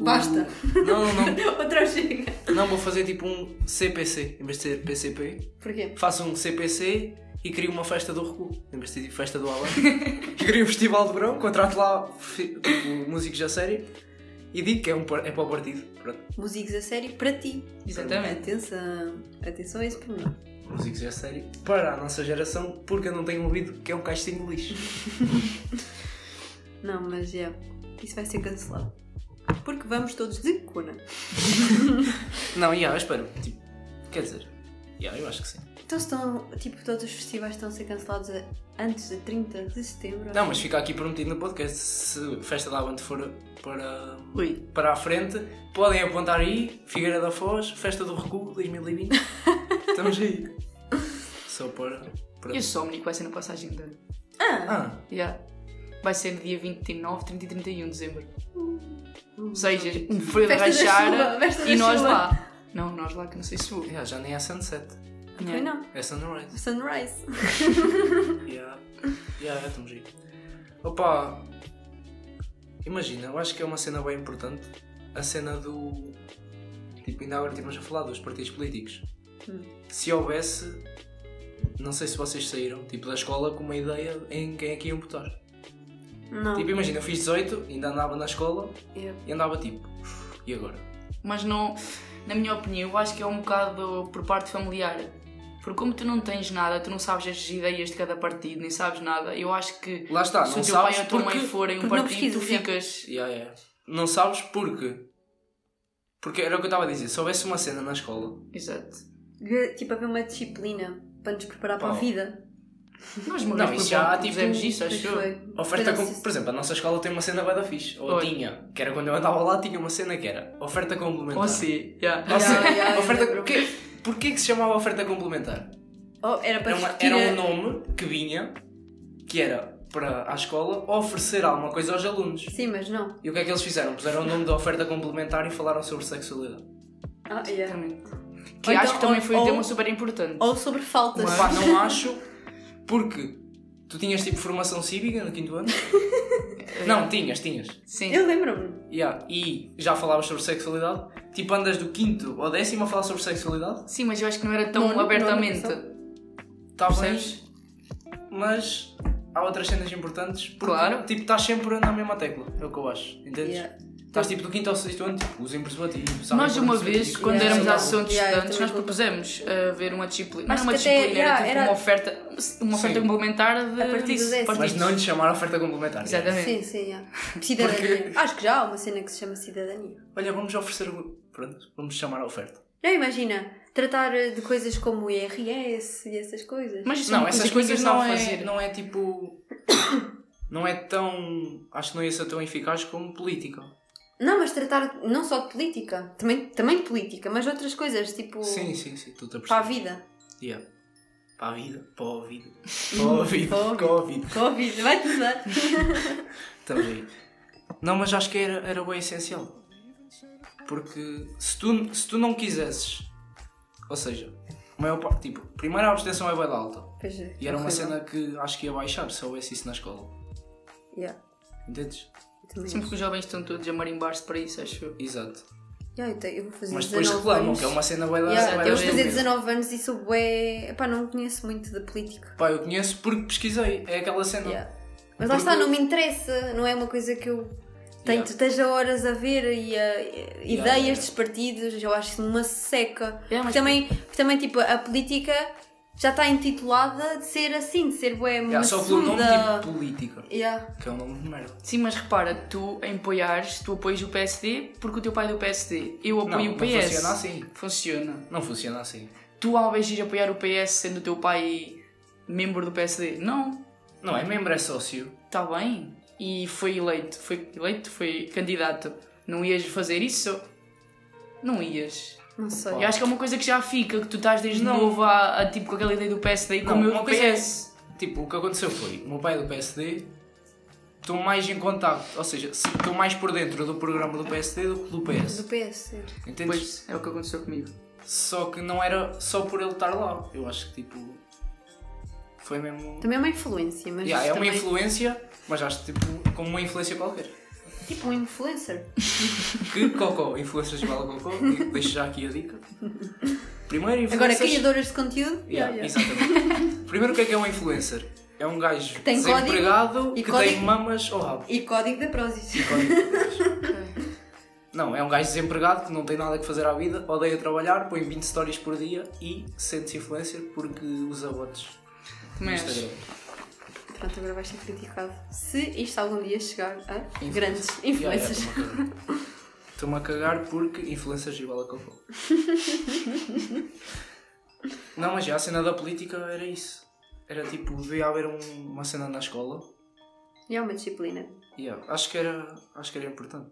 Speaker 1: Basta.
Speaker 5: Não, não, não.
Speaker 1: Outra chega.
Speaker 5: Não, vou fazer tipo um CPC. Em vez de ser PCP,
Speaker 1: Porquê?
Speaker 5: faço um CPC e crio uma festa do recuo. Em vez de ter tipo, festa do Alan. e crio um festival de verão, contrato lá fi- tipo, músicos a sério e digo que é, um, par- é para o partido. Pronto,
Speaker 1: Músicos a sério para ti.
Speaker 3: Exatamente.
Speaker 1: Atenção. Atenção a esse pormenor.
Speaker 5: músicos a sério para a nossa geração, porque eu não tenho ouvido que é um caixinho de lixo.
Speaker 1: Não, mas é. Isso vai ser cancelado. Porque vamos todos de cuna.
Speaker 5: Não, e ah, eu espero. Tipo, quer dizer, yeah, eu acho que sim.
Speaker 1: Então se estão, tipo, todos os festivais estão a ser cancelados a- antes de 30 de setembro.
Speaker 5: Não, mas fica aqui prometido no podcast: se festa da Avante for para,
Speaker 3: Ui.
Speaker 5: para a frente, podem apontar aí, Figueira da Foz, Festa do Recuo 2020. Estamos aí. Só para. para...
Speaker 3: E o Somnic vai ser na nossa agenda.
Speaker 1: Ah!
Speaker 5: Ah,
Speaker 3: Já. Vai ser no dia 29, 30 e 31 de dezembro. Ou seja, um frio
Speaker 1: Festa da
Speaker 3: de rachar
Speaker 1: chuva, festa da
Speaker 3: e nós
Speaker 1: chuva.
Speaker 3: lá. Não, nós lá, que não sei se chuva.
Speaker 5: yeah, já nem é sunset,
Speaker 1: Foi não.
Speaker 5: é sunrise.
Speaker 1: Sunrise.
Speaker 5: Yeah, yeah, estamos aí. Opa, imagina, eu acho que é uma cena bem importante. A cena do. Tipo, ainda agora estivemos a falar dos partidos políticos.
Speaker 1: Hum.
Speaker 5: Se houvesse. Não sei se vocês saíram, tipo, da escola com uma ideia em quem é que iam votar.
Speaker 1: Não.
Speaker 5: Tipo, imagina, eu fiz 18, ainda andava na escola
Speaker 1: Yeah.
Speaker 5: e andava tipo, e agora?
Speaker 3: Mas não, na minha opinião, eu acho que é um bocado por parte familiar. Porque como tu não tens nada, tu não sabes as ideias de cada partido, nem sabes nada, eu acho que
Speaker 5: Lá está,
Speaker 3: se
Speaker 5: não
Speaker 3: o teu
Speaker 5: sabes
Speaker 3: pai ou a tua
Speaker 5: porque...
Speaker 3: mãe forem um
Speaker 1: Ah, porque não
Speaker 3: partido, tu
Speaker 1: pesquisas, é.
Speaker 3: ficas.
Speaker 5: Yeah, yeah. Não sabes porque. Porque era o que eu estava a dizer, se houvesse uma cena na escola,
Speaker 3: Exato.
Speaker 1: Devia, Tipo, haver uma disciplina para nos preparar para a
Speaker 5: Pá.
Speaker 1: vida.
Speaker 3: Nós uma
Speaker 5: Não,
Speaker 3: vez
Speaker 5: Oh. isso já há, tipo,
Speaker 3: fizemos isso,
Speaker 1: Pois
Speaker 3: acho eu.
Speaker 1: foi. assim.
Speaker 5: oferta
Speaker 1: Mas
Speaker 5: com...
Speaker 1: não sei se-
Speaker 5: Por exemplo, a nossa escola tem uma cena bada fixe, ou
Speaker 3: Oi.
Speaker 5: tinha, que era quando eu andava lá, tinha uma cena que era oferta complementar.
Speaker 1: Tá.
Speaker 3: Ou sim, já.
Speaker 5: Ou
Speaker 1: Yeah,
Speaker 5: sim.
Speaker 1: yeah,
Speaker 5: oferta...
Speaker 1: eu lembro.
Speaker 5: Porquê? Porquê que se chamava oferta complementar?
Speaker 1: Oh, era para
Speaker 5: Era, uma-
Speaker 1: discutir
Speaker 5: era um
Speaker 1: a-
Speaker 5: nome que vinha, que era para a escola oferecer alguma coisa aos alunos.
Speaker 1: Sim, mas não.
Speaker 5: E o que é que eles fizeram? Puseram o nome da oferta complementar e falaram sobre sexualidade.
Speaker 1: Ah, yeah.
Speaker 3: Exatamente. Que
Speaker 1: Ou
Speaker 3: acho
Speaker 1: então-
Speaker 3: que também
Speaker 1: ou-
Speaker 3: foi um
Speaker 1: ou-
Speaker 3: tema super importante.
Speaker 1: Ou sobre faltas.
Speaker 5: Pá, não acho, porque tu tinhas tipo formação cívica no quinto ano? Não, tinhas, tinhas.
Speaker 3: Sim.
Speaker 1: Eu lembro-me.
Speaker 5: Yeah. E já falavas sobre sexualidade? Tipo, andas do quinto ao décimo a falar sobre sexualidade?
Speaker 3: Sim, mas eu acho que não era tão
Speaker 1: Nono,
Speaker 3: abertamente.
Speaker 1: nona
Speaker 5: Tá bem,
Speaker 3: Percebes?
Speaker 5: mas há outras cenas importantes. Porque,
Speaker 3: Claro.
Speaker 5: Tipo, estás sempre na mesma tecla, é o que eu acho, entendes?
Speaker 1: Yeah.
Speaker 5: Estás tipo do quinto ao sexto ano, tipo, usem preservativo. sabem tipo,
Speaker 3: Nós,
Speaker 5: pôr
Speaker 3: uma
Speaker 5: preservativo.
Speaker 3: vez, quando
Speaker 1: Yeah,
Speaker 3: éramos à
Speaker 1: eu
Speaker 3: Associação de
Speaker 1: também. Yeah, eu
Speaker 3: Estudantes, nós
Speaker 1: também
Speaker 3: propusemos uh, ver uma disciplina. Não
Speaker 1: Acho
Speaker 3: era uma
Speaker 1: que até,
Speaker 3: disciplina, era
Speaker 1: yeah,
Speaker 3: tipo
Speaker 1: era-
Speaker 3: uma oferta, uma oferta
Speaker 5: Sim.
Speaker 3: complementar de.
Speaker 1: A partir do
Speaker 3: disso,
Speaker 1: décimo.
Speaker 5: Mas
Speaker 3: partidos.
Speaker 5: não lhe chamaram oferta complementar. yeah.
Speaker 3: Exatamente.
Speaker 1: Sim, sim, yeah. Cidadania. Acho que já há uma cena que se chama cidadania.
Speaker 5: Olha, vamos oferecer. o- Pronto, vamos chamar a oferta.
Speaker 1: Não, imagina, tratar eh, de coisas como IRS e essas coisas.
Speaker 3: Mas isso é
Speaker 5: Não,
Speaker 3: uma coisa
Speaker 5: essas
Speaker 3: que ninguém
Speaker 5: coisas não
Speaker 3: sabe
Speaker 5: é,
Speaker 3: fazer.
Speaker 5: não é tipo. Não é tão. Acho que não ia ser tão eficaz como política.
Speaker 1: Não, mas tratar não só de política, também, também de política, mas outras coisas, tipo,
Speaker 5: Sim, sim, sim, tu te
Speaker 1: para a vida.
Speaker 5: Yeah. Para a vida, para o ouvido. Para o ouvido,
Speaker 1: Para o
Speaker 5: para o ouvido.
Speaker 1: Com a vida, vai-te usar.
Speaker 5: Também. Tá Não, mas acho que era, era bem essencial. Porque se tu, se tu não quisesses. Ou seja, a maior parte. Tipo, primeiro a abstenção é bem alta.
Speaker 1: Pois é,
Speaker 5: E era uma
Speaker 1: horrível.
Speaker 5: cena que acho que ia baixar se houvesse isso na escola.
Speaker 1: Yeah,
Speaker 5: Entendes?
Speaker 1: eu também
Speaker 3: é Sempre
Speaker 1: acho.
Speaker 3: que os jovens estão todos a marimbar-se para isso, acho eu.
Speaker 5: Exato.
Speaker 1: Yeah, eu te- eu vou fazer
Speaker 5: Mas depois
Speaker 1: 19
Speaker 5: reclamam,
Speaker 1: anos.
Speaker 5: que é uma cena bem
Speaker 1: Yeah,
Speaker 3: Exato,
Speaker 1: eu vou
Speaker 3: eu lembro.
Speaker 1: fazer 19 anos e sou bué... Epá, não conheço muito de política.
Speaker 5: Pá, eu conheço porque pesquisei. É aquela cena.
Speaker 1: Yeah. Mas lá está, não me interessa. Não é uma coisa que eu tenho,
Speaker 5: Yeah.
Speaker 1: esteja horas a ver e a, e-
Speaker 5: Yeah,
Speaker 1: ideias
Speaker 5: yeah.
Speaker 1: dos partidos. Eu acho uma seca.
Speaker 3: Yeah, mas-
Speaker 1: Porque também, porque também, tipo, a política já está intitulada de ser assim, de ser bué
Speaker 5: Yeah,
Speaker 1: yeah,
Speaker 5: só pelo nome
Speaker 1: maçuda.
Speaker 5: tipo política.
Speaker 1: Yeah.
Speaker 5: Que é um nome de merda.
Speaker 3: Sim, mas repara, tu em apoiares, tu apoias o PSD porque o teu pai é do PSD. Eu apoio
Speaker 5: não,
Speaker 3: o PS.
Speaker 5: não funciona assim.
Speaker 3: Funciona.
Speaker 5: Não funciona assim.
Speaker 3: Tu ao invés de ir apoiar o PS sendo o teu pai membro do PSD, não.
Speaker 5: Não é membro, é sócio.
Speaker 3: Está Tá bem. e foi eleito. Foi eleito? Foi candidato. Não ias fazer isso? Não ias.
Speaker 1: Não sei.
Speaker 3: Eu acho que é uma coisa que já fica, que tu estás desde
Speaker 5: Não.
Speaker 3: novo a, a, tipo com aquela ideia do PSD e
Speaker 5: Não,
Speaker 3: como eu
Speaker 5: uma
Speaker 3: do
Speaker 5: coisa-
Speaker 3: PS.
Speaker 5: Tipo, o que aconteceu foi, o meu pai é do PSD, estou mais em contacto, ou seja, se- estou mais por dentro do programa do PSD do que do
Speaker 1: É Do
Speaker 5: PS.
Speaker 1: PS.
Speaker 5: Entendes?
Speaker 3: Pois, é o que aconteceu comigo.
Speaker 5: Só que não era só por ele estar lá. Eu acho que tipo. Foi mesmo.
Speaker 1: Também é uma influência, mas.
Speaker 5: Yeah, é uma
Speaker 1: também-
Speaker 5: influência, mas acho que tipo como uma influência qualquer.
Speaker 1: Tipo um influencer.
Speaker 5: Que cocó, influências de bala cocó, e deixo já aqui a dica. Primeiro influências.
Speaker 1: Agora, criadores de conteúdo.
Speaker 5: Yeah,
Speaker 1: yeah, yeah.
Speaker 5: Exatamente. Primeiro o que é que é um influencer? É um gajo
Speaker 1: tem código
Speaker 5: desempregado
Speaker 1: e
Speaker 5: que tem
Speaker 1: código.
Speaker 5: mamas ou rabo.
Speaker 1: E código da Prozis.
Speaker 5: Não, é um gajo desempregado que não tem nada que fazer à vida, odeia trabalhar, põe 20 stories por dia e sente-se influencer porque usa bots no
Speaker 3: Também acho.
Speaker 5: Instagram.
Speaker 1: Pronto, agora vais ser criticado. Se isto algum dia chegar a
Speaker 5: Influencers.
Speaker 1: grandes
Speaker 5: Yeah, yeah,
Speaker 1: influencers.
Speaker 5: Estou-me a cagar. Estou-me a cagar porque influencers igual a cocô. Não, mas já a cena da política era isso. Era tipo, devia haver um- uma cena na escola.
Speaker 1: E é uma disciplina.
Speaker 5: Yeah, acho, que era, acho que era importante.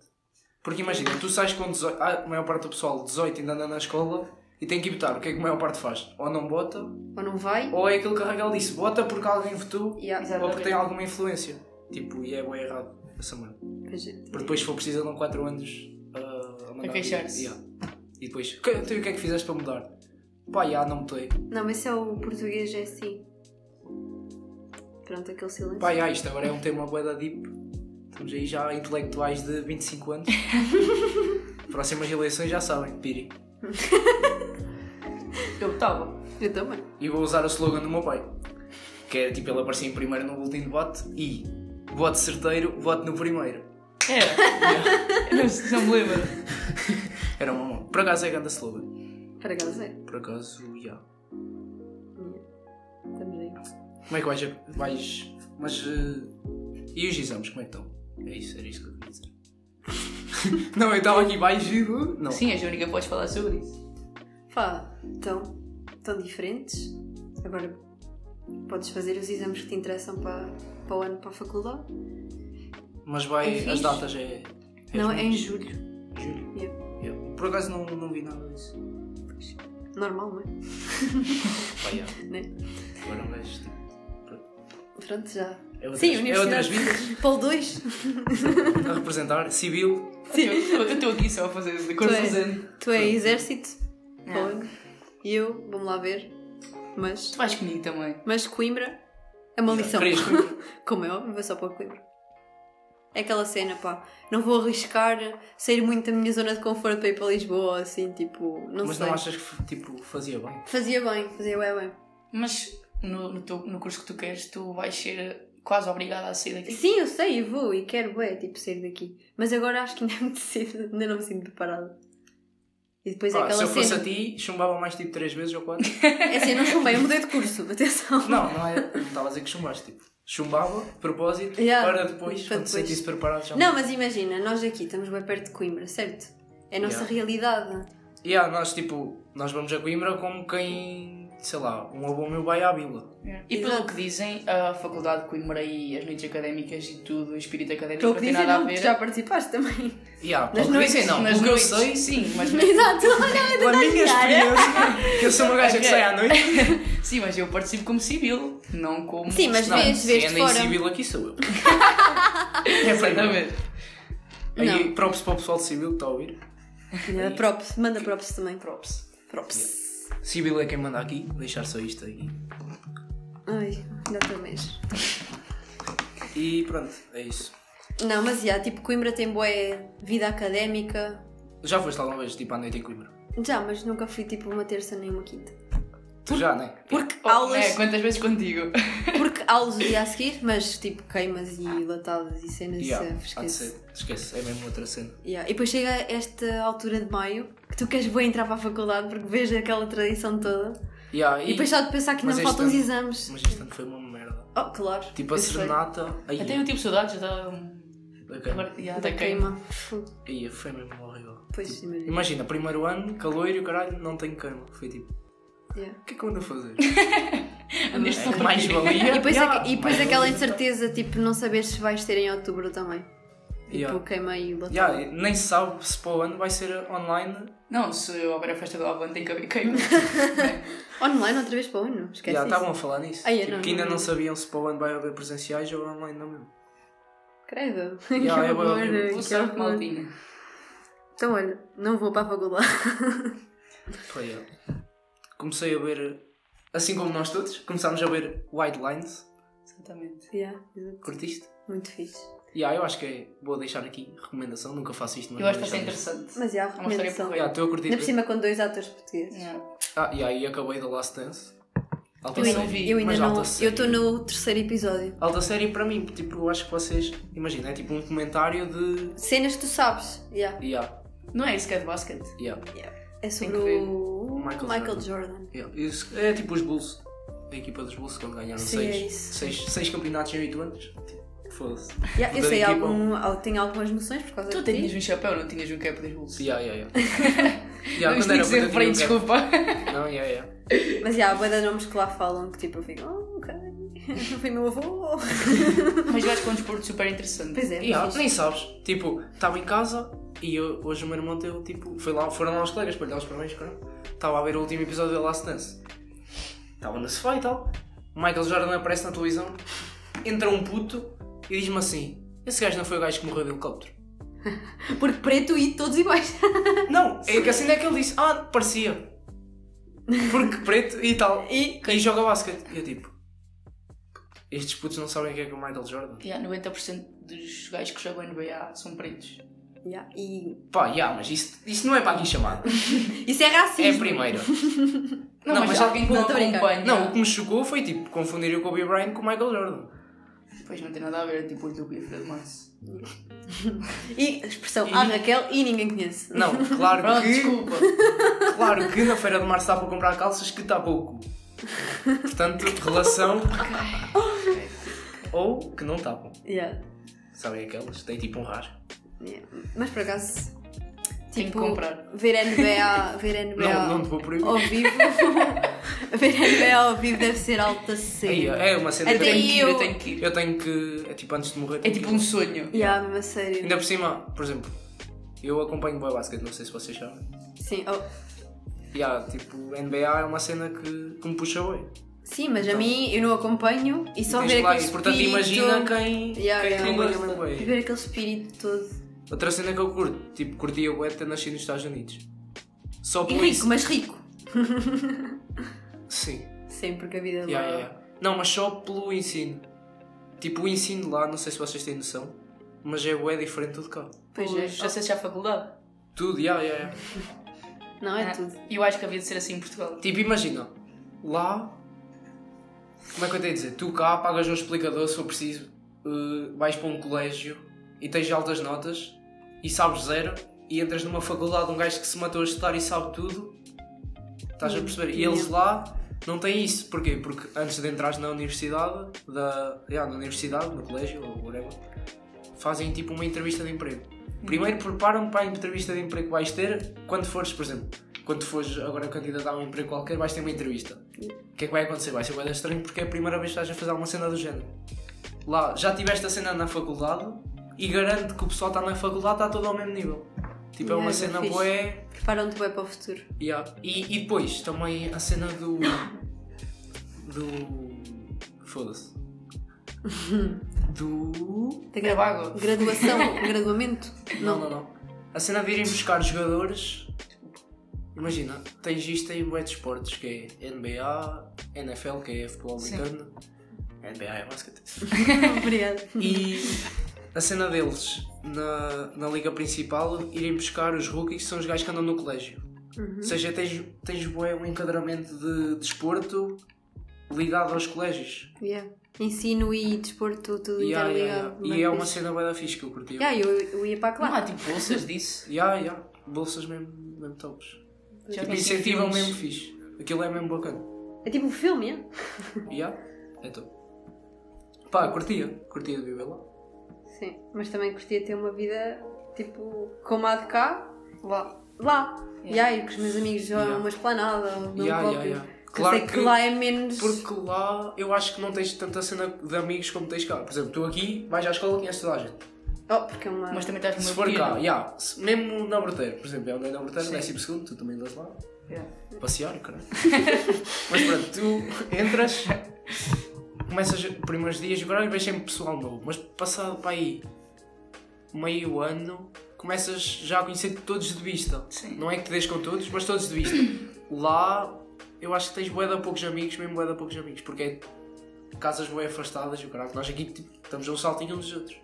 Speaker 5: Porque imagina, tu sais com 18, ah, a maior parte do pessoal, 18, ainda anda na escola e tem que votar. O que é que a maior parte faz? Ou não vota,
Speaker 1: Ou não vai.
Speaker 5: ou é aquele que a Raquel disse, vota porque alguém votou
Speaker 1: Yeah.
Speaker 5: ou porque tem alguma influência. Tipo, e é bem errado essa merda.
Speaker 1: Pois é.
Speaker 5: Porque depois, se for preciso, andam 4 anos ah, a mandar.
Speaker 3: A queixar-se.
Speaker 5: Yeah. E depois, "Que- tu, o que é que fizeste para mudar? Pá, já não mudei.
Speaker 1: Não, mas se é o português, é assim. Pronto, aquele silêncio.
Speaker 5: Pá, já, isto agora é um tema bué da deep. Estamos aí já intelectuais de 25 anos. Próximas eleições já sabem, Piri.
Speaker 3: Eu estava.
Speaker 1: Eu também.
Speaker 5: E vou usar o slogan do meu pai. Que era tipo, ele aparecia em primeiro no boletim de voto e voto certeiro, voto no primeiro.
Speaker 3: Era. Eu não, não me lembro.
Speaker 5: Era uma mão. Por acaso é grande slogan.
Speaker 1: Para acaso é.
Speaker 5: Por acaso, já.
Speaker 1: Estamos aí.
Speaker 5: Como é que vais. vais mas. eh, e os exames, como é que estão? É isso, era isso que eu queria dizer. não, eu estava aqui mais giro. Não.
Speaker 3: Sim, és a única que podes falar sobre isso.
Speaker 1: Pá, então, tão diferentes. Agora podes fazer os exames que te interessam para, para o ano para a faculdade.
Speaker 5: Mas vai.
Speaker 1: É fixe?
Speaker 5: as datas é. é
Speaker 1: não, é em
Speaker 5: junho.
Speaker 1: julho. É.
Speaker 5: Julho.
Speaker 1: Yeah.
Speaker 5: Eu, por acaso não, não vi nada disso.
Speaker 1: Normal, não é?
Speaker 5: Pá, já.
Speaker 1: Né?
Speaker 5: Agora um gajo. tipo,
Speaker 1: Pronto, já.
Speaker 5: É outras,
Speaker 1: Sim,
Speaker 5: é outras vidas
Speaker 1: universidade. Polo 2.
Speaker 5: a representar. Civil.
Speaker 3: Eu eu estou aqui só a fazer de cor
Speaker 1: Tu és.
Speaker 3: fazendo.
Speaker 1: Tu é exército.
Speaker 3: É.
Speaker 1: Polo. E eu, vamos lá ver. Mas,
Speaker 3: Tu vais comigo também.
Speaker 1: mas Coimbra é uma lição.
Speaker 5: Querias comer?
Speaker 1: Como é óbvio, vou só para Coimbra. É aquela cena, pá. Não vou arriscar sair muito da minha zona de conforto para ir para Lisboa, assim, tipo, não
Speaker 5: Mas
Speaker 1: sei.
Speaker 5: não achas que tipo, fazia bem?
Speaker 1: Fazia bem, fazia bem, bem.
Speaker 3: Mas no, no, teu- no curso que tu queres, tu vais ser quase obrigada a sair daqui.
Speaker 1: Sim, eu sei, e vou, e quero, é tipo, sair daqui. Mas agora acho que ainda é muito cedo, ainda não me sinto preparada. E depois é
Speaker 5: Pá, se
Speaker 1: aquela
Speaker 5: eu fosse a
Speaker 1: cena.
Speaker 5: ti, chumbava mais tipo 3 vezes ou 4.
Speaker 1: É assim, eu não chumbei, eu mudei de curso, atenção.
Speaker 5: Não, não é. Estava a dizer que chumbaste, tipo. Chumbava, de propósito,
Speaker 1: Yeah,
Speaker 5: para depois,
Speaker 1: para
Speaker 5: quando te
Speaker 1: depois.
Speaker 5: sentisse preparado
Speaker 3: Então,
Speaker 5: já.
Speaker 1: Não, mas imagina, nós aqui estamos bem perto de Coimbra, certo? É a nossa
Speaker 5: Yeah.
Speaker 1: realidade.
Speaker 5: Yeah, nós, tipo, nós vamos a Coimbra como quem, sei lá, um avô meu vai à vila.
Speaker 3: E pelo
Speaker 1: Exato.
Speaker 3: que dizem, a faculdade de Coimbra e as noites académicas e tudo, o espírito académico
Speaker 1: Pelo
Speaker 3: não
Speaker 1: que
Speaker 3: tem
Speaker 1: dizem,
Speaker 3: nada a
Speaker 1: não,
Speaker 3: ver.
Speaker 1: tu já participaste também.
Speaker 5: Yeah,
Speaker 1: Nas
Speaker 5: pelo que
Speaker 1: noites,
Speaker 5: dizem, não,
Speaker 3: Mas
Speaker 5: pelo que eu
Speaker 3: noites,
Speaker 5: sei,
Speaker 3: sim, mas
Speaker 1: Exato, olha,
Speaker 5: pela
Speaker 1: cara.
Speaker 5: minha experiência, que eu sou uma gaja que
Speaker 3: Ok.
Speaker 5: sai à noite.
Speaker 3: Sim, mas eu participo como civil, não como.
Speaker 1: Sim, mas
Speaker 5: Não,
Speaker 1: vês, vês
Speaker 5: se
Speaker 1: de
Speaker 5: anda em
Speaker 1: fora.
Speaker 5: civil aqui sou eu. é verdade.
Speaker 3: Exatamente.
Speaker 5: Aí, props para o pessoal de civil que está a ouvir.
Speaker 1: Olha, Props, manda props também.
Speaker 3: É Props.
Speaker 1: Props.
Speaker 5: Civil é quem manda aqui, deixar só isto aqui.
Speaker 1: Ai, ainda estou mesmo.
Speaker 5: E pronto, é isso.
Speaker 1: Não, mas já, tipo, Coimbra tem boa vida académica.
Speaker 5: Já foste alguma vez, tipo, à noite em Coimbra?
Speaker 1: Já, mas nunca fui tipo uma terça nem uma quinta.
Speaker 5: Tu já, né?
Speaker 1: Porque
Speaker 3: Oh, né,
Speaker 1: aulas,
Speaker 3: quantas vezes contigo?
Speaker 1: porque aulas o dia a seguir, mas tipo queimas e latadas e cenas
Speaker 5: Yeah,
Speaker 1: isso,
Speaker 5: há de
Speaker 1: esquece.
Speaker 5: ser. Esquece, é mesmo outra cena.
Speaker 1: Yeah. E depois chega esta altura de maio que tu queres bem entrar para a faculdade porque vês aquela tradição toda.
Speaker 5: Yeah,
Speaker 1: E, depois só de pensar que
Speaker 5: mas
Speaker 1: não
Speaker 5: este
Speaker 1: faltam os
Speaker 5: ano-
Speaker 1: exames.
Speaker 5: Mas este ano foi uma merda.
Speaker 1: Oh, claro.
Speaker 5: Tipo, a
Speaker 1: eu sei.
Speaker 5: serenata. Aí,
Speaker 3: Até eu tive saudades da.
Speaker 5: ok.
Speaker 3: Agora, já,
Speaker 1: Da
Speaker 3: da queima.
Speaker 1: queima. Fu,
Speaker 5: Aí foi mesmo horrível.
Speaker 1: Pois, imagina.
Speaker 5: Imagina, primeiro ano, calor e o caralho, não tenho cama. Foi tipo,
Speaker 1: Yeah.
Speaker 5: o que é que eu ando a fazer?
Speaker 1: Ah,
Speaker 3: Neste é mais valia.
Speaker 1: E depois,
Speaker 5: Yeah.
Speaker 1: aque- e depois aquela incerteza, tipo, não saber se vais ter em outubro também. Tipo,
Speaker 5: Yeah.
Speaker 1: queima e batalha.
Speaker 5: Yeah, nem se sabe se para o ano vai ser online.
Speaker 3: Não, se houver a festa do Alban tem que haver queima.
Speaker 1: Online Oh, é? outra vez para o ano, esquece
Speaker 5: Yeah,
Speaker 1: isso.
Speaker 5: estavam a falar nisso.
Speaker 1: Ah, yeah,
Speaker 5: Tipo,
Speaker 1: não,
Speaker 5: que ainda
Speaker 1: não,
Speaker 5: não
Speaker 1: não.
Speaker 5: sabiam se para o ano vai haver presenciais ou online não mesmo.
Speaker 1: Credo.
Speaker 5: Yeah,
Speaker 1: que
Speaker 5: é bué
Speaker 1: horror,
Speaker 5: horrível.
Speaker 1: que
Speaker 3: Vou só
Speaker 1: horror.
Speaker 3: com Maltinha.
Speaker 1: Então, olha, não vou para a faculdade.
Speaker 5: Foi eu. Comecei a ver, assim como nós todos, começámos a ver White Lines.
Speaker 3: Exatamente.
Speaker 1: Yeah,
Speaker 5: Curtiste?
Speaker 1: muito fixe.
Speaker 5: Yeah, eu acho que é. Vou deixar aqui recomendação, nunca faço isto, mas.
Speaker 3: Eu
Speaker 5: vou
Speaker 3: acho que vai ser
Speaker 5: deixar isto.
Speaker 3: interessante.
Speaker 1: Mas já,
Speaker 3: É uma história
Speaker 1: recomendação.
Speaker 3: porreira.
Speaker 5: Yeah, estou a curtir.
Speaker 1: Ainda por cima com dois atores portugueses.
Speaker 3: Yeah.
Speaker 5: Ah, yeah, e acabei da Last Dance. Alta
Speaker 1: Eu,
Speaker 3: Não
Speaker 1: ainda-
Speaker 5: série.
Speaker 1: eu ainda
Speaker 5: mas
Speaker 1: não.
Speaker 5: alta
Speaker 1: Eu
Speaker 5: série.
Speaker 1: estou no terceiro episódio.
Speaker 5: Alta série para mim, tipo, eu acho que vocês. Imagina, é tipo um comentário de.
Speaker 1: Cenas que tu sabes. Yeah.
Speaker 5: Yeah,
Speaker 3: Não é isso que é de basquete?
Speaker 5: yeah,
Speaker 1: É sobre
Speaker 3: que ver.
Speaker 1: o
Speaker 5: Michael
Speaker 1: Michael, Jordan.
Speaker 5: yeah. Isso é tipo os Bulls. A equipa dos Bulls quando ganharam
Speaker 1: Sim, é
Speaker 5: seis,
Speaker 1: isso.
Speaker 5: seis, seis campeonatos em 8 anos. Tipo, Foda-se.
Speaker 1: Yeah, eu
Speaker 5: Da
Speaker 1: sei,
Speaker 5: equipa.
Speaker 1: algum, al- tenho algumas noções por causa
Speaker 3: Tu
Speaker 1: de
Speaker 3: tinhas
Speaker 1: ti.
Speaker 3: um chapéu, não tinhas um cap dos bolsos.
Speaker 5: Yeah, yeah, yeah.
Speaker 3: Não,
Speaker 5: yeah
Speaker 3: isto tem que ser
Speaker 5: puto,
Speaker 3: freio,
Speaker 5: eu tinha um
Speaker 3: desculpa.
Speaker 5: cap. Não, yeah, yeah.
Speaker 1: Mas já, há bué de nomes que lá falam que tipo eu fico, oh, ok, não foi meu avô.
Speaker 3: Mas eu acho que é um desporto super interessante.
Speaker 1: Pois é,
Speaker 5: Yeah,
Speaker 1: fixe.
Speaker 5: nem sabes. Tipo, estava em casa e eu- hoje o meu irmão teu, tipo, foi lá, foram lá os colegas para lhe dar os parabéns, caramba. Estava a ver o último episódio da Last Dance. Estava no sofá e tal. Michael Jordan aparece na televisão, entra um puto e diz-me assim: Esse gajo não foi o gajo que morreu de helicóptero.
Speaker 1: é. porque preto e todos iguais.
Speaker 5: Não, é que assim não é que ele disse: Ah, parecia. Porque preto e tal. E, e joga basquete. E eu tipo. Estes putos não sabem o que é que é o Michael Jordan.
Speaker 3: Yeah, 90% dos gajos que jogam NBA são pretos.
Speaker 1: Yeah, E
Speaker 5: Pá, yeah, mas isso, isso não é para aqui chamado.
Speaker 1: isso é
Speaker 5: É
Speaker 1: racismo.
Speaker 5: a primeira.
Speaker 3: Não,
Speaker 5: Não,
Speaker 3: mas,
Speaker 5: mas
Speaker 3: alguém que não
Speaker 1: não, tô brincando.
Speaker 3: acompanha.
Speaker 5: Não, o que me chocou foi tipo confundir o Kobe Bryant com o Michael Jordan.
Speaker 3: Pois não tem nada a ver, é tipo o Duque e o Fred Mans.
Speaker 1: E a expressão ah Raquel e ninguém conhece.
Speaker 5: Não, claro
Speaker 3: Pronto,
Speaker 5: que,
Speaker 3: desculpa.
Speaker 5: claro que na feira de março dá para comprar calças que está pouco. Portanto, relação. Ou que não tapam.
Speaker 1: Yeah,
Speaker 5: Sabem aquelas? Tem tipo um rasgo.
Speaker 1: yeah. Mas por acaso,
Speaker 3: Tenho que
Speaker 1: tipo,
Speaker 3: comprar.
Speaker 1: ver NBA, ver NBA
Speaker 5: Não, não te vou proibir.
Speaker 3: Oh,
Speaker 1: ao vivo. ver NBA ao vivo deve ser alta
Speaker 5: Aí,
Speaker 1: série.
Speaker 5: é uma cena.
Speaker 1: Até
Speaker 5: que eu,
Speaker 3: Tenho que ir, eu
Speaker 1: eu-
Speaker 3: tenho que ir.
Speaker 5: eu tenho que. É tipo antes de morrer.
Speaker 3: É
Speaker 5: tenho
Speaker 3: tipo
Speaker 5: que ir.
Speaker 3: um sonho.
Speaker 1: Yeah, mesmo a sério.
Speaker 5: Ainda por cima, por exemplo, eu acompanho o basquete, não sei se vocês sabem.
Speaker 1: Sim, oh,
Speaker 5: Yeah, tipo, NBA é uma cena que, que me puxa bem.
Speaker 1: sim, mas a mim eu não acompanho e só
Speaker 5: Então. Tens
Speaker 1: ver
Speaker 5: que lá
Speaker 1: aquele
Speaker 5: ir. Portanto,
Speaker 1: espírito-
Speaker 5: imagina quem,
Speaker 1: Yeah,
Speaker 5: quem
Speaker 1: yeah,
Speaker 5: não
Speaker 1: yeah,
Speaker 5: gosta.
Speaker 1: yeah.
Speaker 5: bué.
Speaker 1: ver aquele espírito todo.
Speaker 5: Outra cena que eu curto, tipo, curtia o ter nascido nos Estados Unidos. Só
Speaker 1: E
Speaker 5: por
Speaker 1: rico,
Speaker 5: isso.
Speaker 1: mas rico.
Speaker 5: Sim.
Speaker 1: Sim, porque a vida é
Speaker 5: Yeah,
Speaker 1: lá.
Speaker 5: yeah, yeah. Não, mas só pelo ensino. Tipo, o ensino lá, não sei se vocês têm noção, mas é bué diferente do de cá.
Speaker 1: Pois é.
Speaker 3: já sei se já faculdade.
Speaker 5: Tudo, yeah, yeah, yeah.
Speaker 1: Não é
Speaker 3: Ah,
Speaker 1: tudo.
Speaker 3: Eu acho que havia de ser assim em Portugal.
Speaker 5: Tipo, imagina, lá. Como é que eu tenho a dizer? Tu cá pagas um explicador se for preciso, eh, vais para um colégio e tens altas notas e sabes zero e entras numa faculdade de um gajo que se matou a estudar e sabe tudo. Estás a perceber? E eles lá não têm isso. Porquê? Porque antes de entrares na universidade, da, yeah, na universidade, no colégio ou whatever, fazem tipo uma entrevista de emprego.
Speaker 1: Hum.
Speaker 5: Primeiro preparam para a entrevista de emprego que vais ter quando fores, por exemplo, quando fores agora candidato a um emprego qualquer, vais ter uma entrevista. O que é que vai acontecer? Vai ser coisa estranho porque é a primeira vez que estás a fazer alguma cena do género. Lá, já tiveste a cena na faculdade e garanto que o pessoal está na faculdade está todo ao mesmo nível. Tipo, é
Speaker 1: Yeah,
Speaker 5: uma
Speaker 1: é
Speaker 5: cena
Speaker 1: fixe.
Speaker 5: boé.
Speaker 1: Preparam-te bem para o futuro.
Speaker 5: Yeah. E, e depois também a cena do. do. Foda-se. Do.
Speaker 1: Da
Speaker 3: É vago.
Speaker 1: Graduação, graduamento.
Speaker 5: Não, não, não. A cena de irem buscar jogadores. Imagina, tens isto em bué de esportes que é NBA, NFL, que é futebol
Speaker 3: Sim.
Speaker 5: americano. NBA é basquete.
Speaker 1: Obrigada.
Speaker 5: E a cena deles na, na liga principal irem buscar os rookies, que são os gajos que andam no colégio.
Speaker 1: Uhum.
Speaker 5: Ou seja, tens, tens bué um encadramento de desporto ligado aos colégios.
Speaker 1: Yeah. Ensino e desporto, tudo
Speaker 5: Yeah, yeah,
Speaker 1: interligado.
Speaker 5: yeah.
Speaker 1: Bem
Speaker 5: E é uma
Speaker 1: fixe.
Speaker 5: cena bué da fixe que eu curti.
Speaker 1: Yeah, eu, eu ia para a
Speaker 3: Não há
Speaker 1: classe.
Speaker 3: tipo bolsas disso.
Speaker 5: Yeah, yeah. Bolsas mesmo, mesmo tops.
Speaker 3: Já
Speaker 5: Tipo,
Speaker 3: vi
Speaker 5: incentivam
Speaker 3: filmes.
Speaker 5: mesmo fixe. Aquilo é mesmo bacana.
Speaker 1: É tipo um filme, yeah?
Speaker 5: Yeah, é tu. Pá, curtia. Curtia de viver lá.
Speaker 1: Sim. Mas também curtia ter uma vida tipo como a de cá, lá. Lá. Yeah. e com os meus amigos já
Speaker 5: Yeah.
Speaker 1: uma esplanada, ou num
Speaker 5: Yeah,
Speaker 1: próprio.
Speaker 5: yeah, yeah. Claro
Speaker 1: sei que,
Speaker 5: que-
Speaker 1: lá é menos.
Speaker 5: Porque lá eu acho que não tens tanta cena de amigos como tens cá. Por exemplo, tu aqui vais à escola e conheces toda a gente.
Speaker 1: Oh, porque é uma.
Speaker 3: Mas também estás
Speaker 5: Se
Speaker 3: no
Speaker 5: for
Speaker 3: meu
Speaker 5: cá,
Speaker 3: pequeno.
Speaker 5: yeah, se- mesmo na Breteira, por exemplo, é alguém na Breteira,
Speaker 3: Sim.
Speaker 5: décimo segundo, tu também andas lá.
Speaker 3: Yeah.
Speaker 5: Passear, caralho. é? Mas pronto, tu entras, começas os primeiros dias, agora vês sempre pessoal novo, mas passado para aí meio ano, começas já a conhecer todos de vista.
Speaker 3: Sim.
Speaker 5: Não é que te des com todos, mas todos de vista. Lá, eu acho que tens bué de poucos amigos, mesmo bué de poucos amigos, porque é casas bué afastadas e o caralho, nós aqui tipo, estamos a um saltinho uns dos outros.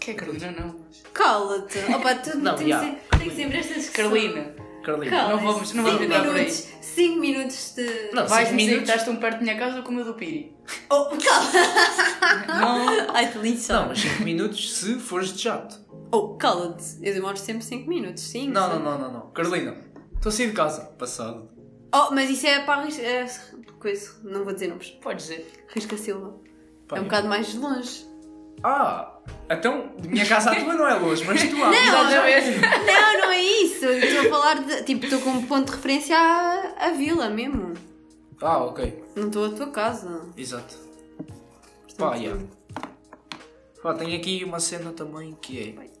Speaker 3: Que é Carolina, não. mas-
Speaker 1: Cala-te! Opa, tu
Speaker 5: Não,
Speaker 1: tens,
Speaker 5: já.
Speaker 1: tens sempre esta discussão.
Speaker 3: Carolina,
Speaker 5: Carlinhos.
Speaker 1: Cala-te.
Speaker 3: Não vamos- não vamos
Speaker 1: Cinco
Speaker 3: entrar por aí.
Speaker 1: minutos, 5 minutos de.
Speaker 5: Não,
Speaker 3: vais
Speaker 5: cinco
Speaker 3: me dizer que
Speaker 5: minutos.
Speaker 3: estás tão perto da minha casa como a do Piri.
Speaker 1: Oh, cala
Speaker 3: Não.
Speaker 1: Ai, te lixo.
Speaker 5: Não, mas 5 minutos se fores de jato.
Speaker 1: Oh, cala-te! Eu demoro sempre 5 minutos, sim.
Speaker 5: Não, não, não, não, não. Carolina, estou a sair de casa. Passado.
Speaker 1: Oh, mas isso é para. arris- É, coisa, não vou dizer nomes.
Speaker 3: Podes dizer.
Speaker 1: Risca Silva.
Speaker 5: Pá,
Speaker 1: é um
Speaker 5: eu-
Speaker 1: bocado mais de longe.
Speaker 5: Ah, então, de minha casa à tua não é longe, mas tu há.
Speaker 3: Exatamente.
Speaker 1: Não, não é isso. Eu Estou a falar de. Tipo, estou como ponto de referência à, à vila mesmo.
Speaker 5: Ah, ok.
Speaker 1: Não estou à tua casa.
Speaker 5: Exato. Pá, yeah. Pá, tem aqui uma cena também que é...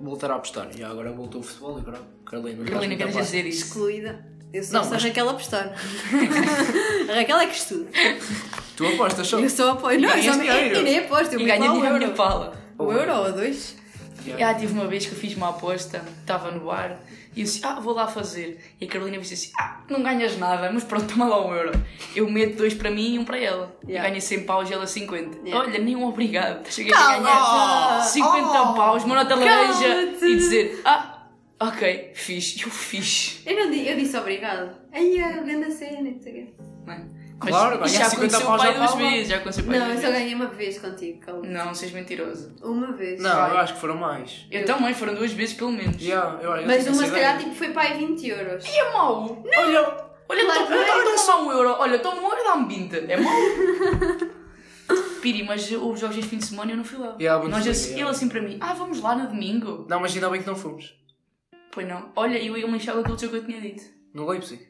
Speaker 5: Voltar a apostar. E agora voltou o futebol e agora... Carolina, não
Speaker 3: Carolina, queres
Speaker 5: estás muito
Speaker 3: dizer isto?
Speaker 1: Excluída. Eu sou
Speaker 5: Não,
Speaker 1: só
Speaker 5: mas-
Speaker 1: Raquel a apostar. a Raquel é que estuda.
Speaker 5: a par. Tu apostas só.
Speaker 1: Eu sou apoio. Não, eu,
Speaker 5: ganhas
Speaker 1: só, eu,
Speaker 5: dinheiro.
Speaker 1: eu nem aposto. Eu
Speaker 3: E
Speaker 1: ganho lá
Speaker 3: Tipo, ganha
Speaker 1: o
Speaker 3: dinheiro a
Speaker 1: euro.
Speaker 3: minha pala.
Speaker 1: O euro ou dois?
Speaker 5: Yeah.
Speaker 3: Ah, tive uma vez que eu fiz uma aposta, estava no bar, e eu disse, ah, vou lá fazer. E a Carolina disse assim, ah, não ganhas nada, mas pronto, toma lá um euro. Eu meto dois para mim e um para ela.
Speaker 1: Yeah.
Speaker 3: Eu ganho 100 paus e ela 50.
Speaker 1: Yeah.
Speaker 3: Olha, nem um obrigado. Cheguei a
Speaker 1: Cala-te! Oh!
Speaker 3: ganhar 50 paus, uma nota laranja,
Speaker 1: Cala-te!
Speaker 3: e dizer, ah, ok, fiz, eu fiz.
Speaker 1: Eu, não, di- eu disse obrigado. Aí a grande cena, não sei o quê.
Speaker 3: Não é?
Speaker 5: Claro,
Speaker 3: Mas, isto
Speaker 5: ganhar 50
Speaker 3: já aconteceu
Speaker 5: paus
Speaker 3: pai
Speaker 5: à
Speaker 3: duas
Speaker 5: palma.
Speaker 3: vezes, já aconteceu
Speaker 1: Não,
Speaker 3: pai
Speaker 1: eu
Speaker 3: duas
Speaker 1: só
Speaker 3: vezes.
Speaker 1: ganhei uma vez contigo, Cala.
Speaker 3: Não, seas mentiroso.
Speaker 1: Uma vez.
Speaker 5: Não, eu acho que foram mais.
Speaker 3: Eu também, foram duas vezes pelo menos.
Speaker 5: Yeah, eu, eu
Speaker 1: Mas
Speaker 5: tenho
Speaker 1: uma,
Speaker 5: essa
Speaker 1: se calhar,
Speaker 5: ideia.
Speaker 1: tipo, foi para aí 20 euros.
Speaker 3: E é mau.
Speaker 5: Olha,
Speaker 3: Olha,
Speaker 1: Claro
Speaker 3: to-
Speaker 1: que é.
Speaker 3: olha, toma um euro, olha, toma um euro dá-me 20. É mau. Piri, mas os jogos este fim de semana eu não fui lá.
Speaker 5: Yeah, vou-te
Speaker 3: Nós
Speaker 5: dizer,
Speaker 3: assim-
Speaker 5: yeah.
Speaker 3: Ele assim para mim, ah, vamos lá no domingo.
Speaker 5: Não, mas ainda bem que não fomos.
Speaker 3: Pois não. Olha, eu ia me enxergar com aquele jogo que eu tinha dito.
Speaker 5: No Leipzig.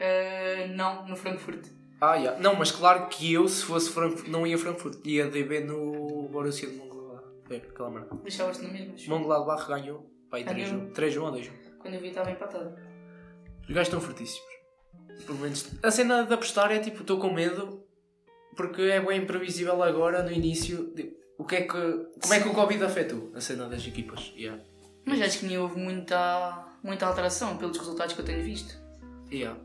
Speaker 3: Ah, não, no Frankfurt.
Speaker 5: Ah, yeah. Não, mas claro que eu, se fosse Frankfurt, não ia a Frankfurt. Ia DB no Borussia de Mönchengladbach. É, aquela merda.
Speaker 3: Deixavas-te na mesma. acho.
Speaker 5: Mönchengladbach ganhou. Pai, 3
Speaker 3: Ganhou.
Speaker 5: 1 3 1 ou 2 1
Speaker 3: Quando eu vi estava empatado.
Speaker 5: Os gajos estão fortíssimos. Pelo menos. A cena de apostar é tipo, estou com medo. Porque é bem imprevisível agora, no início. de- O que é que, como é que o Covid afetou a cena das equipas? Yeah.
Speaker 3: Mas acho que nem houve muita, muita alteração pelos resultados que eu tenho visto.
Speaker 5: Yeah.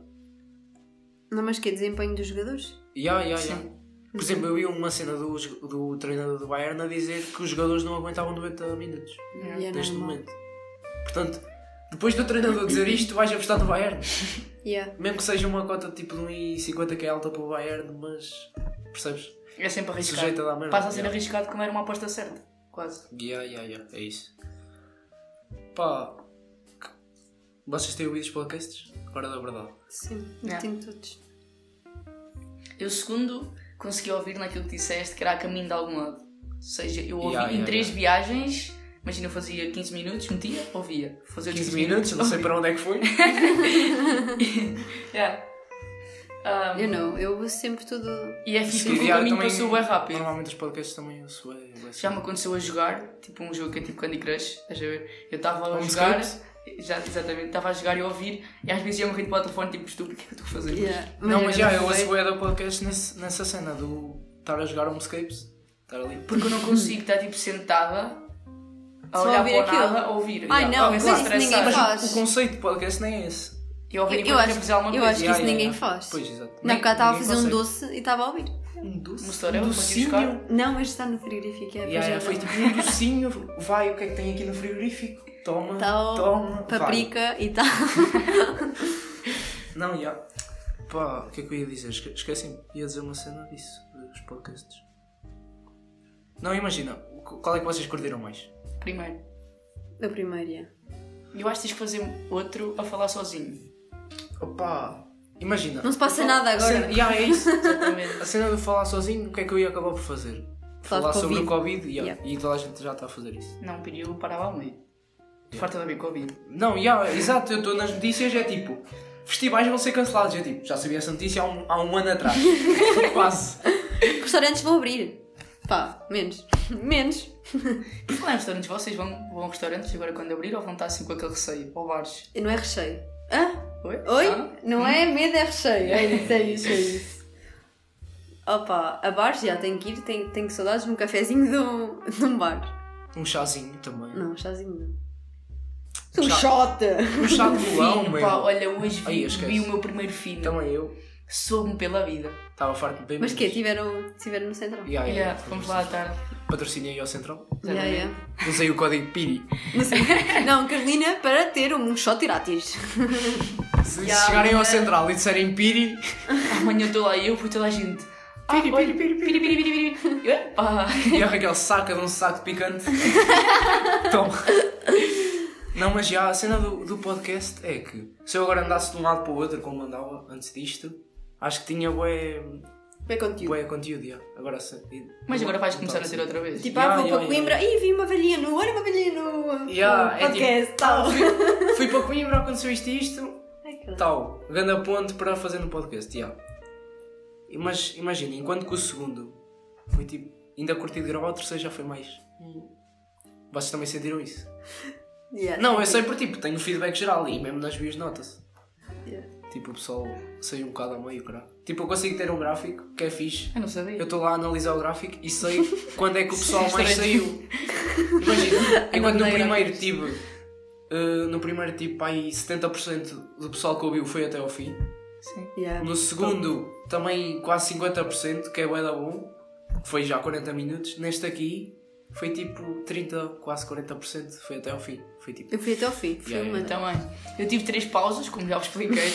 Speaker 1: Não, mas que é desempenho dos jogadores?
Speaker 5: Yeah, yeah,
Speaker 3: Sim.
Speaker 5: yeah. Por exemplo, eu vi uma cena do, do treinador do Bayern a dizer que os jogadores não aguentavam 90 minutos.
Speaker 1: E é
Speaker 5: neste
Speaker 1: normal.
Speaker 5: momento. Portanto, depois do treinador dizer isto, vais apostar no Bayern.
Speaker 1: Yeah.
Speaker 5: Mesmo que seja uma cota tipo de 1,50 que é alta para o Bayern, mas percebes?
Speaker 3: É sempre arriscado.
Speaker 5: Sujeita a dar merda.
Speaker 3: Passa a ser
Speaker 5: Yeah.
Speaker 3: arriscado como era uma aposta certa. Quase.
Speaker 5: Yeah, yeah, yeah, é isso. Pá, que- vocês têm ouvido os podcasts? Agora da verdade.
Speaker 1: Sim,
Speaker 3: Yeah.
Speaker 5: É.
Speaker 1: eu tenho todos.
Speaker 3: Eu, segundo, consegui ouvir naquilo que disseste que era a caminho de algum lado. Ou seja, eu ouvi
Speaker 5: Yeah,
Speaker 3: em
Speaker 5: yeah,
Speaker 3: três viagens, imagina eu fazia 15 minutos, metia, ouvia. Fazia
Speaker 5: 15 minutos, não sei para onde é que foi.
Speaker 3: Yeah. Ah,
Speaker 1: Eu não, eu ouço sempre tudo.
Speaker 3: e é fixe
Speaker 5: Sim,
Speaker 3: porque o
Speaker 5: yeah,
Speaker 3: caminho
Speaker 5: também-
Speaker 3: passou bem rápido.
Speaker 5: Normalmente os podcasts também eu sou. assim. eu sou-
Speaker 3: Já me aconteceu a jogar, tipo um jogo que é tipo Candy Crush, estás a ver? Eu estava a
Speaker 5: Um
Speaker 3: jogar,
Speaker 5: script?
Speaker 3: já, exatamente, estava a jogar e a ouvir, e às vezes ia morrer para o telefone, tipo, estúpido, o que é que eu estou a fazer?
Speaker 1: Yeah.
Speaker 5: Não, mas já, eu
Speaker 1: foi.
Speaker 5: ouço bué da podcast nesse- nessa cena do estar a jogar Homescapes. Estar ali.
Speaker 3: Porque eu não consigo estar tipo sentada a
Speaker 1: Só
Speaker 3: olhar
Speaker 1: ouvir
Speaker 3: para o nada,
Speaker 1: aquilo.
Speaker 3: a ouvir.
Speaker 1: Ai, não,
Speaker 5: mas
Speaker 3: eu
Speaker 5: isso
Speaker 1: ninguém
Speaker 3: estressada.
Speaker 1: faz.
Speaker 5: Mas o conceito de podcast nem é esse.
Speaker 3: E ouvir
Speaker 1: Eu-
Speaker 3: enquanto
Speaker 1: eu
Speaker 3: quero
Speaker 1: acho-
Speaker 3: fazer alguma
Speaker 1: eu
Speaker 3: coisa.
Speaker 1: acho que
Speaker 5: Ya,
Speaker 1: isso
Speaker 5: ya,
Speaker 1: ninguém
Speaker 5: ya.
Speaker 1: faz.
Speaker 5: Pois, exato.
Speaker 1: Não, porque ela estava a
Speaker 5: Ninguém
Speaker 1: fazer um
Speaker 5: consegue.
Speaker 1: doce e estava a ouvir.
Speaker 5: Um doce.
Speaker 3: Mostrou, eu
Speaker 5: um
Speaker 3: vou aqui buscar.
Speaker 5: docinho.
Speaker 1: Não, mas está no frigorífico. É,
Speaker 5: Ya, ya, foi tipo um docinho. Vai, o que é que tem aqui no frigorífico? Toma,
Speaker 1: Tal,
Speaker 5: toma.
Speaker 1: paprika e tal.
Speaker 5: vai. Não, já. Pá, o que é que eu ia dizer? Esque- Esqueci-me. Ia dizer uma cena disso, dos podcasts. Não, imagina. Qual é que vocês curtiram mais?
Speaker 3: Primeiro.
Speaker 1: A primeira. yeah.
Speaker 3: Eu acho que tens que fazer outro a falar sozinho.
Speaker 5: Opa, imagina.
Speaker 1: Não se passa nada
Speaker 5: A cena-
Speaker 1: agora.
Speaker 5: Ya, é isso.
Speaker 3: Exatamente.
Speaker 5: A cena de falar sozinho, o que é que eu ia acabar por fazer?
Speaker 1: Falar de
Speaker 5: Falar sobre o Covid ya,
Speaker 1: Ya.
Speaker 5: e toda a gente já está a fazer isso.
Speaker 3: não, Piri, eu parava ao meio. Farta de haver Covid.
Speaker 5: Não, já, exato, eu estou nas notícias, é tipo, festivais vão ser cancelados. Eu tipo, já sabia essa notícia há um, há um ano atrás. Quase.
Speaker 1: Restaurantes vão abrir. Pá, menos. Menos.
Speaker 3: Por falar em restaurantes, vocês vão, vão a restaurantes agora quando abrir ou vão estar assim com aquele receio? Ou bares?
Speaker 1: E não é recheio. Hã?
Speaker 3: Oi?
Speaker 1: Oi?
Speaker 3: Ah?
Speaker 1: Não é
Speaker 5: Hum.
Speaker 1: medo, é recheio. É isso, é isso, é isso. Opa, a bar já tenho que ir, tenho, tenho saudades de um cafezinho de um, de um bar.
Speaker 5: Um chazinho também.
Speaker 1: Não, um chazinho não. Um
Speaker 5: Chá.
Speaker 1: shot!
Speaker 5: Um chá de melão,
Speaker 3: Fino, pá,
Speaker 5: meu.
Speaker 3: olha, hoje
Speaker 5: Ai, eu
Speaker 3: vi,
Speaker 5: esqueço. Então-
Speaker 3: vi o meu primeiro fino.
Speaker 5: Também eu.
Speaker 3: Soube-me pela vida.
Speaker 5: Estava farto de beber.
Speaker 1: Mas que tiveram, tiveram no centro?
Speaker 5: Yeah,
Speaker 3: Olha,
Speaker 5: yeah.
Speaker 3: é tipo- vamos lá à tarde.
Speaker 5: Patrocinei ao Central.
Speaker 1: Yeah, yeah.
Speaker 5: Usei o código PIRI.
Speaker 1: Não sei. Não, Carolina, para ter um shot grátis.
Speaker 5: Se
Speaker 3: Yeah,
Speaker 5: chegarem ao
Speaker 3: mas-
Speaker 5: Central e disserem PIRI,
Speaker 3: Amanhã eu estou lá e eu fui toda a gente. Ah,
Speaker 5: Piri,
Speaker 3: olha,
Speaker 5: piri, piri,
Speaker 3: piri, piri, piri, piri. Eu, epá.
Speaker 5: e a Raquel saca de um saco de picante. Toma. Não, mas já, a cena do, do podcast é que se eu agora andasse de um lado para o outro, como andava antes disto, acho que tinha bué,
Speaker 1: Bem contigo.
Speaker 5: bué conteúdo, já. Agora sim. E-
Speaker 3: Mas agora vais
Speaker 5: não
Speaker 3: começar a
Speaker 5: tá
Speaker 3: ser outra vez.
Speaker 1: Tipo,
Speaker 5: Yeah,
Speaker 1: ah, vou
Speaker 5: yeah,
Speaker 1: para Coimbra. Ih, vi uma velhinha nua, olha uma velhinha nua.
Speaker 5: Yeah,
Speaker 1: Um
Speaker 5: é
Speaker 1: podcast, tal.
Speaker 5: Fui, fui para Coimbra, aconteceu isto e isto,
Speaker 1: Ai, caralho.
Speaker 5: tal. Ganda ponte para fazer no podcast, já. E Mas imagina, enquanto que o segundo foi tipo, ainda curti de gravar, o terceiro já foi mais.
Speaker 3: Hum.
Speaker 5: Vocês também sentiram isso?
Speaker 1: Yeah,
Speaker 5: Não, eu sei por tipo, tenho feedback geral e mesmo nas minhas notas.
Speaker 1: Yeah.
Speaker 5: Tipo, o pessoal saiu um bocado a meio, cara. Tipo, eu consigo ter um gráfico que é fixe.
Speaker 3: Eu não sabia.
Speaker 5: Eu estou lá a analisar o gráfico e sei quando é que o pessoal
Speaker 3: Sim, É
Speaker 5: mais
Speaker 3: estranho.
Speaker 5: saiu. Imagina, enquanto no
Speaker 3: não era
Speaker 5: primeiro
Speaker 3: isso.
Speaker 5: tipo. eh, no primeiro tipo, aí 70% do pessoal que ouviu foi até ao fim.
Speaker 3: Sim.
Speaker 1: Yeah.
Speaker 5: No segundo, também quase 50%, que é bué da bom. que Foi já 40 minutos. Neste aqui, foi tipo 30, quase 40%, foi até ao fim. Foi tipo.
Speaker 1: Eu fui até ao fim, fui
Speaker 5: Yeah,
Speaker 1: uma.
Speaker 5: yeah.
Speaker 3: Também. Eu tive três pausas, como já vos expliquei,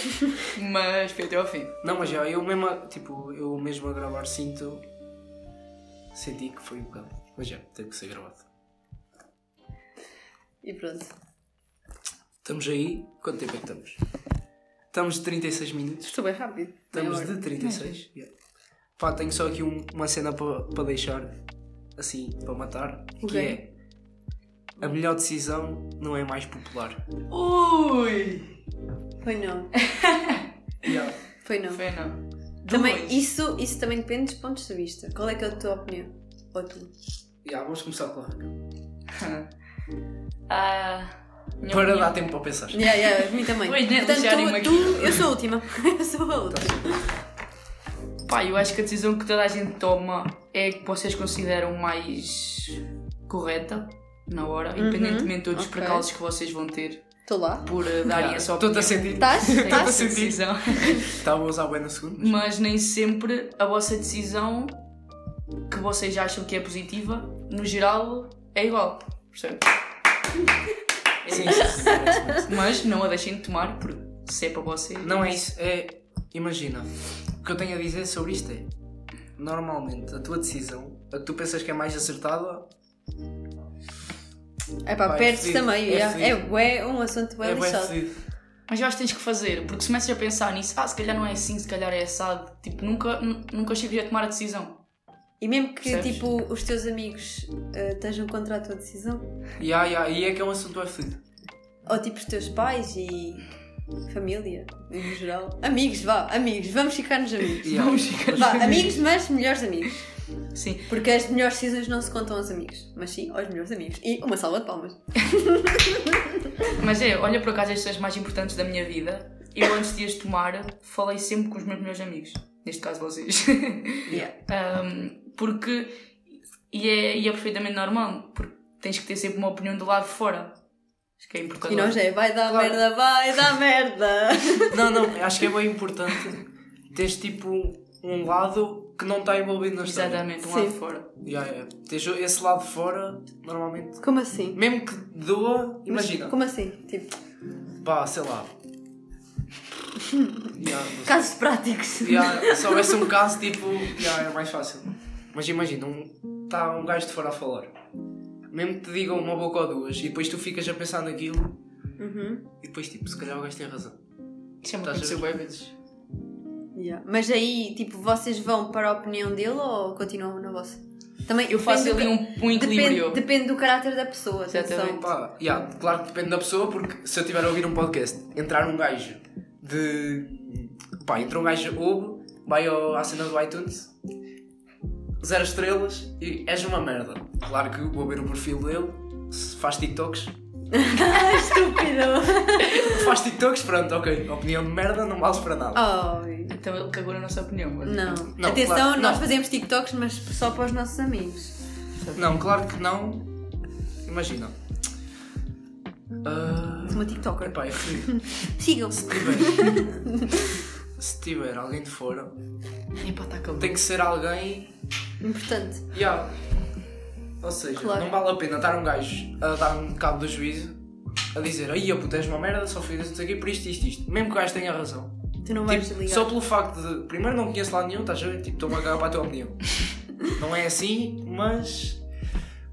Speaker 3: mas fui até ao fim.
Speaker 5: Não, mas já, eu mesmo, a- tipo, eu mesmo a gravar sinto. Senti que foi um bocado. Mas já, teve que ser gravado.
Speaker 1: E pronto.
Speaker 5: Estamos aí. Quanto tempo é que estamos? Estamos de 36 minutos.
Speaker 1: Estou bem rápido.
Speaker 5: Estamos
Speaker 1: Meia hora.
Speaker 5: de 36. Yeah. Pá, tenho só aqui um- uma cena para deixar, assim, para matar.
Speaker 1: O
Speaker 5: Que
Speaker 1: quê?
Speaker 5: é. A melhor decisão não é mais popular.
Speaker 3: Ui!
Speaker 1: Foi não.
Speaker 5: Yeah.
Speaker 1: Foi não.
Speaker 3: Foi não.
Speaker 1: Também,
Speaker 3: Duas.
Speaker 1: isso, isso também depende dos pontos de vista. Qual é que é a tua opinião? Ou a tua?
Speaker 5: Yeah, vamos começar pela Raquel.
Speaker 3: Ah, minha
Speaker 5: Para
Speaker 3: opinião.
Speaker 5: dar tempo para pensar.
Speaker 1: Yeah, yeah, a mim também.
Speaker 3: Pois, né,
Speaker 1: Portanto,
Speaker 3: deixarem-me
Speaker 1: tu,
Speaker 3: aqui.
Speaker 1: tu- eu sou a última. Eu sou a última.
Speaker 5: Tá assim.
Speaker 3: Pá, eu acho que a decisão que toda a gente toma é a que vocês consideram mais correta na hora, independentemente de todos os
Speaker 1: Uhum. ok.
Speaker 3: percalços que vocês vão ter
Speaker 1: Estou lá.
Speaker 3: por uh, darem essa opinião.
Speaker 5: Estou-te a sentir.
Speaker 1: Estás?
Speaker 3: Tem
Speaker 5: Estou-te a
Speaker 1: Estás?
Speaker 3: essa
Speaker 5: sentir.
Speaker 3: decisão.
Speaker 5: Estava a usar bem na segunda. mas-
Speaker 3: Mas nem sempre a vossa decisão que vocês acham que é positiva, no geral, é igual. Portanto, é
Speaker 5: Sim,
Speaker 3: isso.
Speaker 5: sim, sim, parece bem.
Speaker 3: Mas não a deixem de tomar, porque se é para vocês.
Speaker 5: Não é isso, é. Imagina, o que eu tenho a dizer sobre isto é. Normalmente, a tua decisão, a que tu pensas que é mais acertada,
Speaker 1: É pá,
Speaker 5: Pá, é
Speaker 1: perdes
Speaker 5: fedido,
Speaker 1: também.
Speaker 5: é
Speaker 1: yeah. É,
Speaker 5: fedido.
Speaker 1: bué, um assunto
Speaker 5: é
Speaker 1: bem
Speaker 5: bem
Speaker 1: lixado.
Speaker 5: fedido.
Speaker 3: Mas eu acho que tens que fazer, porque se começas a pensar nisso, ah, se calhar não é assim, se calhar é assado, tipo, nunca, nu- nunca chegas a tomar a decisão.
Speaker 1: E mesmo que
Speaker 3: Percebes?
Speaker 1: tipo, os teus amigos eh, estejam contra a tua decisão,
Speaker 5: E há- e há- e é que é um assunto bem fedido.
Speaker 1: ou tipo os teus pais e família, em geral. Amigos, vá, amigos, vamos ficar-nos amigos.
Speaker 5: E há-
Speaker 3: Vamos ficar-
Speaker 1: Vá, amigos, mas melhores amigos.
Speaker 3: Sim.
Speaker 1: Porque as melhores decisões não se contam aos amigos, mas sim aos melhores amigos. E uma salva de palmas.
Speaker 3: Mas é, olha por acaso as decisões mais importantes da minha vida, eu antes de as tomar, falei sempre com os meus melhores amigos. Neste caso, vocês.
Speaker 1: Yeah.
Speaker 3: Um, porque. E é, e é perfeitamente normal, porque tens que ter sempre uma opinião do lado de fora. Acho que é importante.
Speaker 1: E nós é, vai dar
Speaker 5: Claro.
Speaker 1: merda, vai dar merda.
Speaker 5: Não, não, acho que é bem importante teres tipo um lado que não está envolvido na história.
Speaker 3: Exatamente, do lado
Speaker 1: Sim.
Speaker 3: de fora.
Speaker 5: E há- é. Teres esse lado fora, normalmente.
Speaker 1: Como assim?
Speaker 5: Mesmo que doa, imagina.
Speaker 1: Mas Como assim? Tipo,
Speaker 5: Pá, sei lá. E há- não sei.
Speaker 1: casos práticos.
Speaker 5: Yeah, se houvesse um caso, tipo, yeah, era mais fácil. Mas imagina, está um, gajo de fora a falar. Mesmo que te digam uma boca ou duas, e depois tu ficas a pensar naquilo,
Speaker 1: Uhum.
Speaker 5: e depois, tipo, se calhar o gajo tem razão.
Speaker 3: Isso é uma
Speaker 5: Estás a
Speaker 3: coisa
Speaker 5: ver?
Speaker 3: bem vezes.
Speaker 1: Yeah. Mas aí, tipo, vocês vão para a opinião dele ou continuam na vossa? Também
Speaker 3: Eu faço
Speaker 1: depende
Speaker 3: ali
Speaker 1: do ca-
Speaker 3: um, um equilíbrio.
Speaker 1: Depende, depende do caráter da pessoa, atenção.
Speaker 3: Exatamente.
Speaker 5: Pá, yeah, claro que depende da pessoa, porque se eu estiver a ouvir um podcast, entrar um gajo de. pá, entra um gajo ovo, vai ao, à cena do iTunes, zero estrelas e és uma merda. Claro que vou ver o perfil dele, se faz TikToks.
Speaker 1: Estúpido!
Speaker 5: Faz TikToks, pronto, ok. Opinião de merda, não vales para
Speaker 1: Ah.
Speaker 5: nada.
Speaker 1: Ai.
Speaker 3: Então ele cagou na nossa opinião, mas.
Speaker 1: Não.
Speaker 5: Não,
Speaker 1: Atenção,
Speaker 5: claro,
Speaker 1: nós
Speaker 5: não.
Speaker 1: fazemos TikToks, mas só para os nossos amigos.
Speaker 5: Não, claro que não. Imagina. Ah,
Speaker 1: Uma TikToker.
Speaker 5: epá, eu fui.
Speaker 1: Sigam-se.
Speaker 5: se tiver alguém de fora,
Speaker 3: Nem para estar calor.
Speaker 5: tem que ser alguém.
Speaker 1: Importante.
Speaker 5: Ya. Ou seja,
Speaker 1: Claro.
Speaker 5: não vale a pena estar um gajo a dar um cabo do juízo a dizer aí eu puto és uma merda, só fiz isso aqui por isto, isto, isto. Mesmo que o gajo tenha razão.
Speaker 1: Tu não vais
Speaker 5: Tipo,
Speaker 1: desligar.
Speaker 5: só pelo facto de primeiro não conheço lá nenhum, estás a ver? Tipo, estou-me a cagar para a tua opinião. não é assim, mas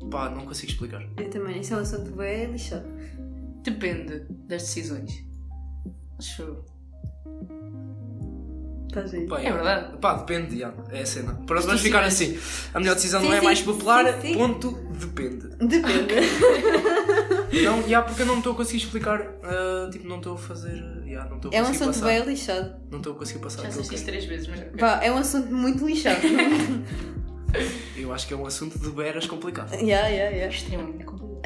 Speaker 5: pá, não consigo explicar.
Speaker 1: Eu também. Isso é um assunto bem lixado.
Speaker 3: Depende das decisões. Acho eu.
Speaker 1: Estás aí.
Speaker 5: Pá,
Speaker 3: É verdade.
Speaker 5: Pá, depende, já. é a cena. Pronto, vamos ficar assim. A melhor decisão
Speaker 1: Sim,
Speaker 5: não é
Speaker 1: sim,
Speaker 5: mais popular,
Speaker 1: sim, sim.
Speaker 5: ponto, depende.
Speaker 1: Depende.
Speaker 5: Não, já, porque eu não estou a conseguir explicar. ah, tipo, não estou a fazer. já, não estou a
Speaker 1: É um
Speaker 5: conseguir
Speaker 1: assunto
Speaker 5: passar.
Speaker 1: bem lixado.
Speaker 5: Não estou a conseguir
Speaker 1: Tá
Speaker 5: passar.
Speaker 3: Já
Speaker 5: aquilo
Speaker 3: assisti
Speaker 5: que
Speaker 3: isso três vezes, mas.
Speaker 1: Pá, é um assunto muito lixado.
Speaker 5: eu- Eu acho que é um assunto de veras complicado.
Speaker 1: yeah, yeah, yeah.
Speaker 3: Extremamente complicado.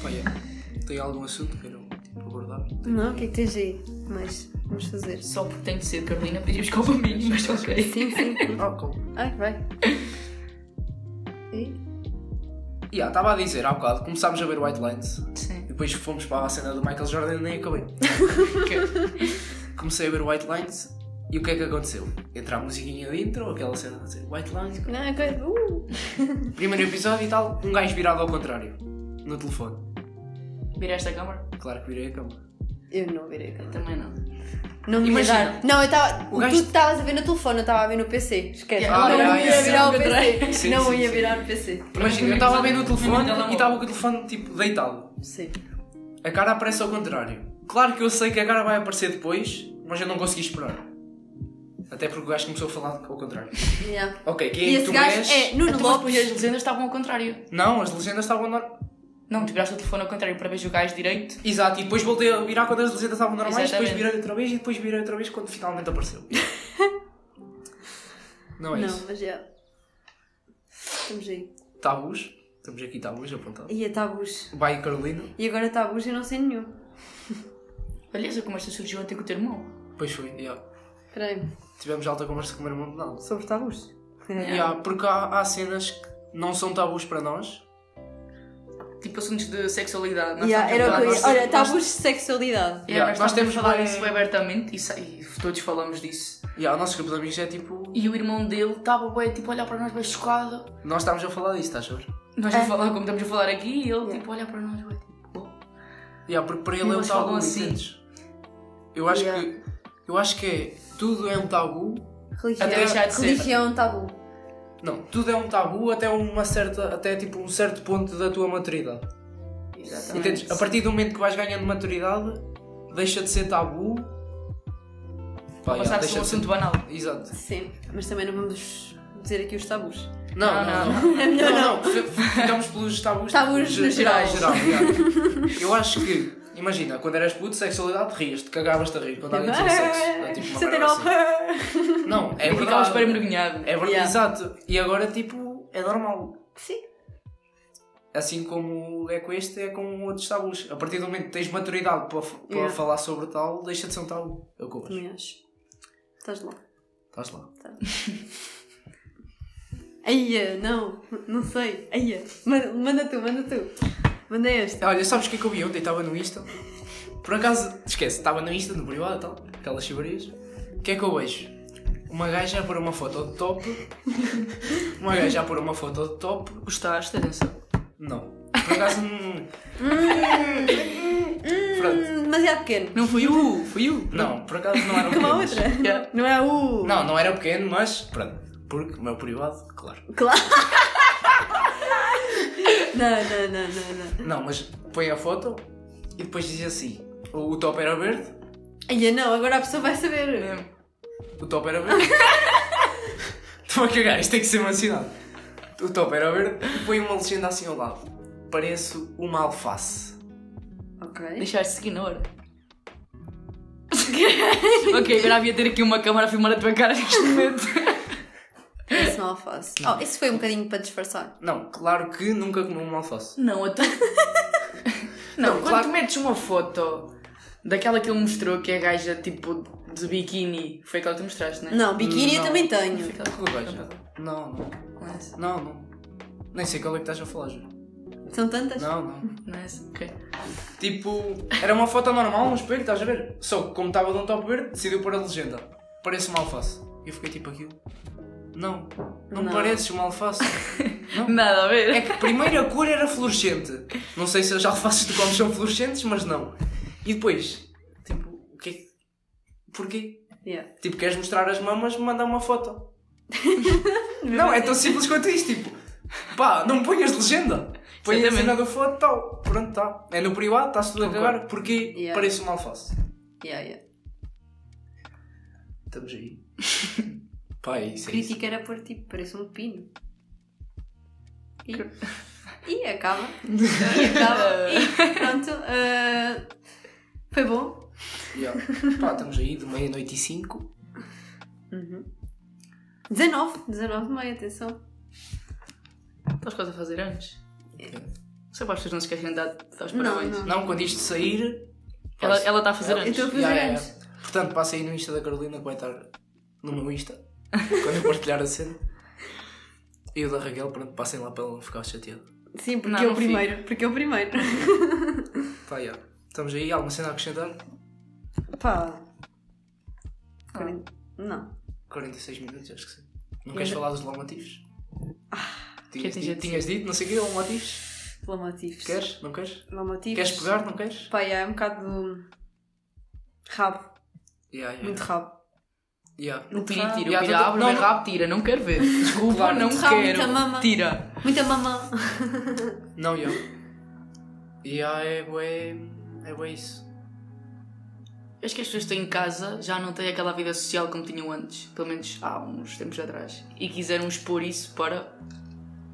Speaker 5: Pá, já. Tem algum assunto que queiram tipo, abordar?
Speaker 1: Não, o que é que tens aí? Mas vamos fazer.
Speaker 3: Só porque tem de ser, Carolina, pedimos desculpa a mim, mas ok.
Speaker 1: Sim, sim.
Speaker 5: Ah, como?
Speaker 1: Ai, vai. E?
Speaker 5: Já, estava a dizer há bocado, começámos a ver White Lines.
Speaker 3: Sim.
Speaker 5: E depois fomos para a cena do Michael Jordan e nem acabei. Comecei a ver White Lines e o que é que aconteceu? Entra a musiquinha de intro, aquela cena de dizer White Lines.
Speaker 1: Não, é coisa. Uh!
Speaker 5: Primeiro episódio e tal, um gajo virado ao contrário. No telefone.
Speaker 3: Viraste a câmara?
Speaker 5: Claro que virei a cama.
Speaker 1: Eu não virei a
Speaker 3: Também não.
Speaker 1: Não me ia
Speaker 5: Imagina.
Speaker 1: dar. Não, eu estava.
Speaker 5: O gajo-
Speaker 1: Tu estavas a ver no telefone, eu estava a ver no PC. Esquece.
Speaker 3: Ah,
Speaker 1: não
Speaker 5: yeah,
Speaker 1: ia
Speaker 5: yeah,
Speaker 1: virar
Speaker 3: yeah.
Speaker 1: o PC.
Speaker 5: Sim,
Speaker 1: não
Speaker 5: sim,
Speaker 1: ia
Speaker 5: sim.
Speaker 1: virar o PC.
Speaker 5: Imagina, eu estava a ver no telefone
Speaker 3: Não, não.
Speaker 5: e estava com o telefone tipo deitado.
Speaker 1: Sim.
Speaker 5: A cara aparece ao contrário. Claro que eu sei que a cara vai aparecer depois, mas eu não consegui esperar. Até porque o gajo começou a falar ao contrário.
Speaker 1: Yeah.
Speaker 5: Ok, quem
Speaker 1: E
Speaker 5: é que
Speaker 1: esse
Speaker 5: tu
Speaker 1: gajo
Speaker 5: és?
Speaker 1: é Nuno
Speaker 3: Então, mas depois as
Speaker 1: Lopes.
Speaker 3: legendas estavam ao contrário.
Speaker 5: Não, as legendas estavam normais.
Speaker 3: Não, tu viraste o telefone ao contrário para ver o gajo direito.
Speaker 5: Exato, e depois voltei a virar quando as legendas estavam normais, depois
Speaker 3: Exatamente.
Speaker 5: virei outra vez e depois virei outra vez quando finalmente apareceu. não é
Speaker 1: Não,
Speaker 5: isso.
Speaker 1: mas já. Estamos aí.
Speaker 5: Tabus. Estamos aqui tabus apontados.
Speaker 1: E a tabus.
Speaker 5: Vai, Carolina.
Speaker 1: E agora tabus eu não sei nenhum.
Speaker 3: Aliás, a conversa surgiu ontem com o teu irmão.
Speaker 5: Pois foi, yeah.
Speaker 1: Espera aí.
Speaker 5: Tivemos alta conversa com o meu irmão de nada.
Speaker 1: Sobre tabus. É.
Speaker 5: Yeah. porque há, há cenas que não são tabus para nós.
Speaker 3: Tipo assuntos de sexualidade. Nós
Speaker 1: Yeah, era o
Speaker 3: estamos a falar
Speaker 1: que eu ia-
Speaker 3: disso.
Speaker 5: nós-
Speaker 1: Olha, tá tabus de sexualidade.
Speaker 3: Yeah,
Speaker 5: Yeah,
Speaker 3: nós,
Speaker 5: nós
Speaker 3: temos
Speaker 5: temos
Speaker 3: a falar
Speaker 5: bem-
Speaker 3: disso abertamente e, sa- e todos falamos disso.
Speaker 5: E yeah, o nosso grupo de amigos é tipo.
Speaker 3: E o irmão dele estava bem, tipo, a olhar para nós, bem chocado.
Speaker 5: Nós estávamos a falar disso, estás a ver?
Speaker 3: Nós
Speaker 1: É.
Speaker 3: a falar como estamos a falar aqui e ele, tipo, a olhar para nós, bem, tipo, oh.
Speaker 5: Yeah, porque para ele
Speaker 3: Não
Speaker 5: é um
Speaker 3: se falam
Speaker 5: tabu,
Speaker 3: assim.
Speaker 5: entendes? Eu acho
Speaker 1: Yeah.
Speaker 5: que. Eu acho que é. Tudo é um tabu.
Speaker 1: Religião.
Speaker 3: Até deixar de ser.
Speaker 1: Religião, tabu.
Speaker 5: Não, tudo é um tabu até uma certa. até tipo um certo ponto da tua maturidade.
Speaker 3: Exatamente.
Speaker 5: Entendes? A partir do momento que vais ganhando maturidade, deixa de ser tabu. Pá, yeah,
Speaker 3: Passar de ser
Speaker 5: deixa
Speaker 3: um
Speaker 5: de ser-
Speaker 3: assunto banal.
Speaker 5: Exato.
Speaker 1: Sim. Mas também não vamos dizer aqui os tabus.
Speaker 5: Não,
Speaker 3: Não,
Speaker 5: não,
Speaker 3: não.
Speaker 5: não. Não, não. Ficamos pelos tabus.
Speaker 1: Tabus
Speaker 5: ge-
Speaker 1: no geral.
Speaker 5: geral, yeah. Eu acho que, imagina, quando eras puto, sexualidade, rias-te, cagavas-te a rir quando alguém tinha
Speaker 1: Ah,
Speaker 5: sexo. É tipo uma merda assim. Não, é
Speaker 3: eu ficava super
Speaker 5: verdade.
Speaker 3: mergulhado.
Speaker 5: É verdade,
Speaker 1: Yeah.
Speaker 5: exato. E agora, tipo, é normal.
Speaker 1: Sim.
Speaker 5: Assim como é com este, é com outros tabus. A partir do momento que tens maturidade para, f- para
Speaker 1: Yeah.
Speaker 5: falar sobre tal, deixa de ser um tabu. Eu compro.
Speaker 1: Também acho. Estás lá.
Speaker 5: Estás lá.
Speaker 1: Aia, não, não sei. Aia, manda, manda tu, manda tu. Manda este.
Speaker 5: Olha, sabes o que é que eu vi ontem? Estava no Insta. Por acaso, esquece, estava no Insta, no privado e tal, aquelas chibarias. O que é que eu vejo? Uma gaja a pôr uma foto de top. uma gaja a pôr uma foto de top.
Speaker 3: Gostaste, atenção.
Speaker 5: Não. Por acaso. hum, Pronto.
Speaker 1: Hum, demasiado pequeno.
Speaker 3: Não foi o, foi o.
Speaker 5: Não, por acaso não era um
Speaker 1: Como a
Speaker 5: pequeno.
Speaker 1: outra.
Speaker 3: Yeah.
Speaker 1: Não é o.
Speaker 5: Não, não era pequeno, mas pronto. Porque o meu privado, claro.
Speaker 1: Claro. não, não, não, não, não.
Speaker 5: Não, mas põe a foto e depois diz assim: o, o top era verde,
Speaker 1: Aia, não, agora a pessoa vai saber.
Speaker 3: Mesmo.
Speaker 5: o top era verde. Estou a cagar, isto tem que ser mencionado. O top era verde e põe uma legenda assim ao lado: Pareço uma alface.
Speaker 1: Ok.
Speaker 3: Deixaste seguir na hora. ok, agora havia ter aqui uma câmara a filmar a tua cara neste momento.
Speaker 1: Isso não alface. Oh, isso foi um bocadinho para disfarçar.
Speaker 5: Não, claro que nunca comi uma alface.
Speaker 3: Não, a tu... Não, quando
Speaker 5: claro-
Speaker 3: tu metes uma foto daquela que ele mostrou, que é a gaja tipo de biquíni, foi aquela que tu mostraste, não é?
Speaker 1: Não, biquíni eu
Speaker 5: Não.
Speaker 1: também tenho.
Speaker 3: Fica-
Speaker 5: Que gaja? Não, não,
Speaker 3: Não é essa?
Speaker 5: não, não. Nem sei qual é que estás a falar, Ju.
Speaker 1: São tantas?
Speaker 5: Não, não.
Speaker 3: Não é essa? Ok.
Speaker 5: Tipo, era uma foto normal, um espelho, estás a ver? Só que como estava de um top verde, decidiu pôr a legenda. Parece uma alface. E eu fiquei tipo aquilo. Não, não,
Speaker 1: Não.
Speaker 5: pareces uma alface.
Speaker 3: Nada a ver.
Speaker 5: É que primeiro a cor era fluorescente. Não sei se as alfaces de comes são fluorescentes, mas não. E depois, tipo, o que é que. Porquê?
Speaker 1: Yeah.
Speaker 5: Tipo, queres mostrar as mamas, manda uma foto. não, é tão simples quanto isto, tipo. Pá, não ponhas legenda. Põe a
Speaker 3: Exatamente.
Speaker 5: cena da foto, tal. Pronto, tá. É no privado, está-se tudo a
Speaker 3: Concordo.
Speaker 5: cagar. Porquê?
Speaker 1: Yeah.
Speaker 5: Parece uma alface.
Speaker 1: Yeah, yeah.
Speaker 5: Estamos aí. Pá, é isso. É isso.
Speaker 1: Crítica era por tipo, parece um pino. E, e acaba. E acaba. E pronto. ah, foi bom.
Speaker 5: Yeah. Pá, estamos aí de meia-noite e cinco.
Speaker 1: 19, 19 de maio, atenção.
Speaker 3: Estás quase a fazer anos. Só para as pessoas não se esquecerem de dar de dar os
Speaker 1: Não,
Speaker 3: parabéns.
Speaker 1: não.
Speaker 5: Não, quando isto sair.
Speaker 3: Ela
Speaker 5: faz-
Speaker 3: ela está a fazer
Speaker 5: Ela-
Speaker 1: Eu estou a
Speaker 3: anos.
Speaker 1: fazer
Speaker 5: Ya, ya, ya.
Speaker 1: anos.
Speaker 5: Portanto, passa aí no Insta da Carolina que vai estar no meu Insta quando eu partilhar a cena. E o da Raquel, pronto, passem lá para ela não ficar chateada.
Speaker 1: Sim, porque
Speaker 3: Não,
Speaker 1: é o
Speaker 3: não
Speaker 1: primeiro. Porque é o primeiro.
Speaker 5: Pá, já. Estamos aí, alguma cena a acrescentar?
Speaker 1: Pá. Quarenta- Não.
Speaker 5: 46 minutos, acho que sim. Não queres falar dos lomotivos? Tinhas,
Speaker 3: que é que
Speaker 5: dito-
Speaker 3: tens a
Speaker 5: tinhas dito, não sei o que, lomotivos?
Speaker 1: Lomotivos.
Speaker 5: Queres? Não queres?
Speaker 1: Lomotivos.
Speaker 5: Queres pegar? Não queres?
Speaker 1: Pá, yeah, é um bocado. Rabo.
Speaker 5: Yeah, yeah.
Speaker 1: Muito rabo.
Speaker 5: yeah.
Speaker 3: O piri
Speaker 1: rabo.
Speaker 3: tira,
Speaker 5: Ya,
Speaker 3: o piri
Speaker 5: tanto-
Speaker 3: abre,
Speaker 5: não,
Speaker 3: o
Speaker 5: não.
Speaker 3: rabo tira, não quero ver. Desculpa,
Speaker 5: Claro,
Speaker 3: não
Speaker 1: muito rabo,
Speaker 3: quero.
Speaker 1: muita mama.
Speaker 3: Tira.
Speaker 1: Muita mamã.
Speaker 5: Não, já. Yeah, é bué. É bué isso.
Speaker 3: Acho que as pessoas que estão em casa já não têm aquela vida social como tinham antes, pelo menos há uns tempos atrás, e quiseram expor isso para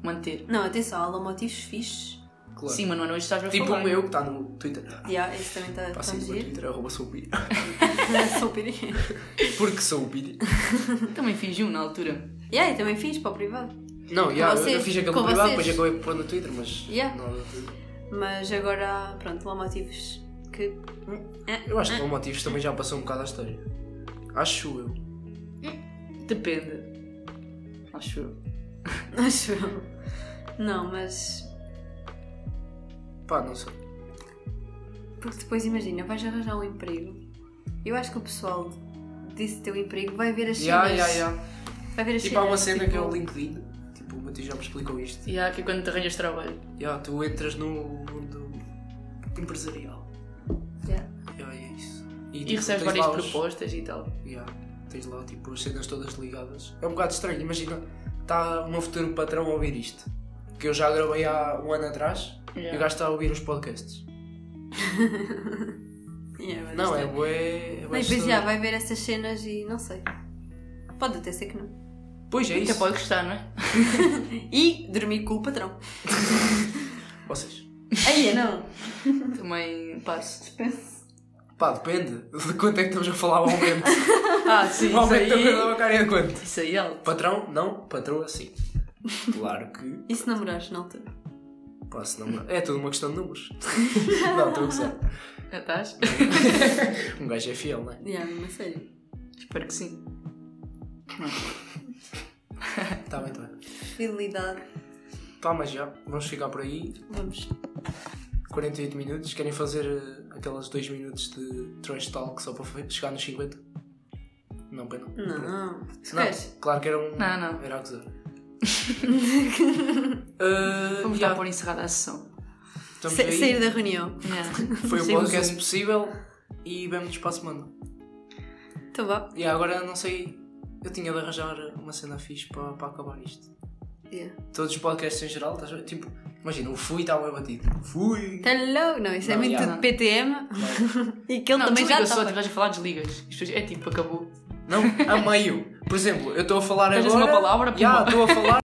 Speaker 3: manter.
Speaker 1: Não, atenção, há lomotivos fixes.
Speaker 5: Claro.
Speaker 3: Sim, mas não é hoje estás a
Speaker 5: tipo
Speaker 3: falar.
Speaker 5: o meu que está no Twitter.
Speaker 1: Yeah, esse também está a é
Speaker 5: Passem no meu
Speaker 1: fingir.
Speaker 5: Twitter, arroba sou o Piri.
Speaker 1: Sou piriguinha.
Speaker 5: Porque sou o Piri.
Speaker 3: Também fiz um na altura.
Speaker 1: Yeah, eu também fiz para o privado.
Speaker 5: Não, já, eu- eu
Speaker 1: vocês-
Speaker 5: fiz aquele
Speaker 1: com
Speaker 5: privado,
Speaker 1: vocês.
Speaker 5: depois acabei por pôr no Twitter, mas
Speaker 1: Já.
Speaker 5: não no Twitter.
Speaker 1: Mas agora, pronto, lá motivos que.
Speaker 5: Eu
Speaker 1: Ah.
Speaker 5: acho que o motivos também já passou um bocado a história. Acho eu.
Speaker 3: Depende. Acho eu.
Speaker 1: Acho eu. Não, mas.
Speaker 5: Pá, não sei.
Speaker 1: Porque depois imagina, vais arranjar um emprego. Eu acho que o pessoal desse teu emprego vai ver as
Speaker 5: Já,
Speaker 1: cenas.
Speaker 5: já, já.
Speaker 1: Vai ver as
Speaker 5: Tipo, há uma
Speaker 1: cenas, tipo,
Speaker 5: cena que é o LinkedIn. Tipo, o Matheus já me explicou isto.
Speaker 3: E há que quando te arranjas trabalho.
Speaker 5: Já, tu entras no mundo empresarial.
Speaker 1: yeah.
Speaker 5: Já, é isso.
Speaker 3: E,
Speaker 5: tipo, tens
Speaker 3: recebes várias
Speaker 5: lá os-
Speaker 3: propostas e tal.
Speaker 5: Yeah. Tens lá tipo as cenas todas ligadas. É um bocado estranho, imagina, está o meu futuro patrão a ouvir isto. Que eu já gravei há um ano atrás
Speaker 3: Yeah.
Speaker 5: e o gajo está a ouvir os podcasts.
Speaker 1: Yeah, mas
Speaker 5: Não,
Speaker 1: isto
Speaker 5: é bué. é bué
Speaker 1: Mas depois
Speaker 5: assustador.
Speaker 1: já vai ver essas cenas e não sei. Pode até ser que não.
Speaker 5: Pois é
Speaker 3: Até
Speaker 5: isso.
Speaker 3: pode gostar, não é?
Speaker 1: E dormir com o patrão.
Speaker 5: Vocês.
Speaker 1: Aí é não.
Speaker 3: Também passo.
Speaker 5: Pá, depende de quanto é que estamos a falar ao aumento.
Speaker 3: Ah, sim,
Speaker 5: O
Speaker 3: isso
Speaker 5: aumento da
Speaker 3: aí.
Speaker 5: uma cara é quanto?
Speaker 3: Isso aí é alto.
Speaker 5: Patrão? Não. Patroa? Sim. Claro que.
Speaker 1: E se namorares na altura?
Speaker 5: Pá, se não... É tudo uma questão de números. não, estou a gozar.
Speaker 3: Já estás?
Speaker 5: Um gajo é fiel, não é?
Speaker 1: Yeah, não sei.
Speaker 3: Espero que sim.
Speaker 5: Está Tá bem, está bem.
Speaker 1: Fidelidade.
Speaker 5: Pá, mas já. Vamos ficar por aí.
Speaker 1: Vamos.
Speaker 5: 48 minutos. Querem fazer eh, aqueles 2 minutos de trash talk só para fe- chegar nos 50? Não, bem não.
Speaker 1: Não.
Speaker 5: Não,
Speaker 1: Queres?
Speaker 5: claro que era um.
Speaker 3: Não, não.
Speaker 5: Era a gozar.
Speaker 3: Vamos
Speaker 5: uh,
Speaker 3: dar
Speaker 5: já,
Speaker 3: por encerrada a sessão.
Speaker 5: estamos
Speaker 1: Sa-
Speaker 5: aí.
Speaker 1: sair da reunião.
Speaker 5: Foi o
Speaker 3: Sim, o
Speaker 5: podcast
Speaker 3: Zoom.
Speaker 5: possível e vemos para a semana.
Speaker 1: Então vá.
Speaker 5: E agora não sei. Eu tinha de arranjar uma cena fixe para, para acabar isto.
Speaker 1: Yeah.
Speaker 5: Todos os podcasts em geral, estás a ver? Tipo, imagina, o fui estava bem batido. Fui!
Speaker 1: Hello! Não, isso é
Speaker 5: Não,
Speaker 1: muito
Speaker 5: yeah.
Speaker 1: de PTM. E que ele
Speaker 3: Não,
Speaker 1: também já
Speaker 3: desliga só,
Speaker 1: estava.
Speaker 3: vais a falar, desligas. As pessoas- É tipo, acabou.
Speaker 5: Não, a meio. Por exemplo, eu estou a falar
Speaker 3: Estás a dizer
Speaker 5: agora.
Speaker 3: uma palavra,
Speaker 5: Já,
Speaker 3: pumba.
Speaker 5: estou a falar.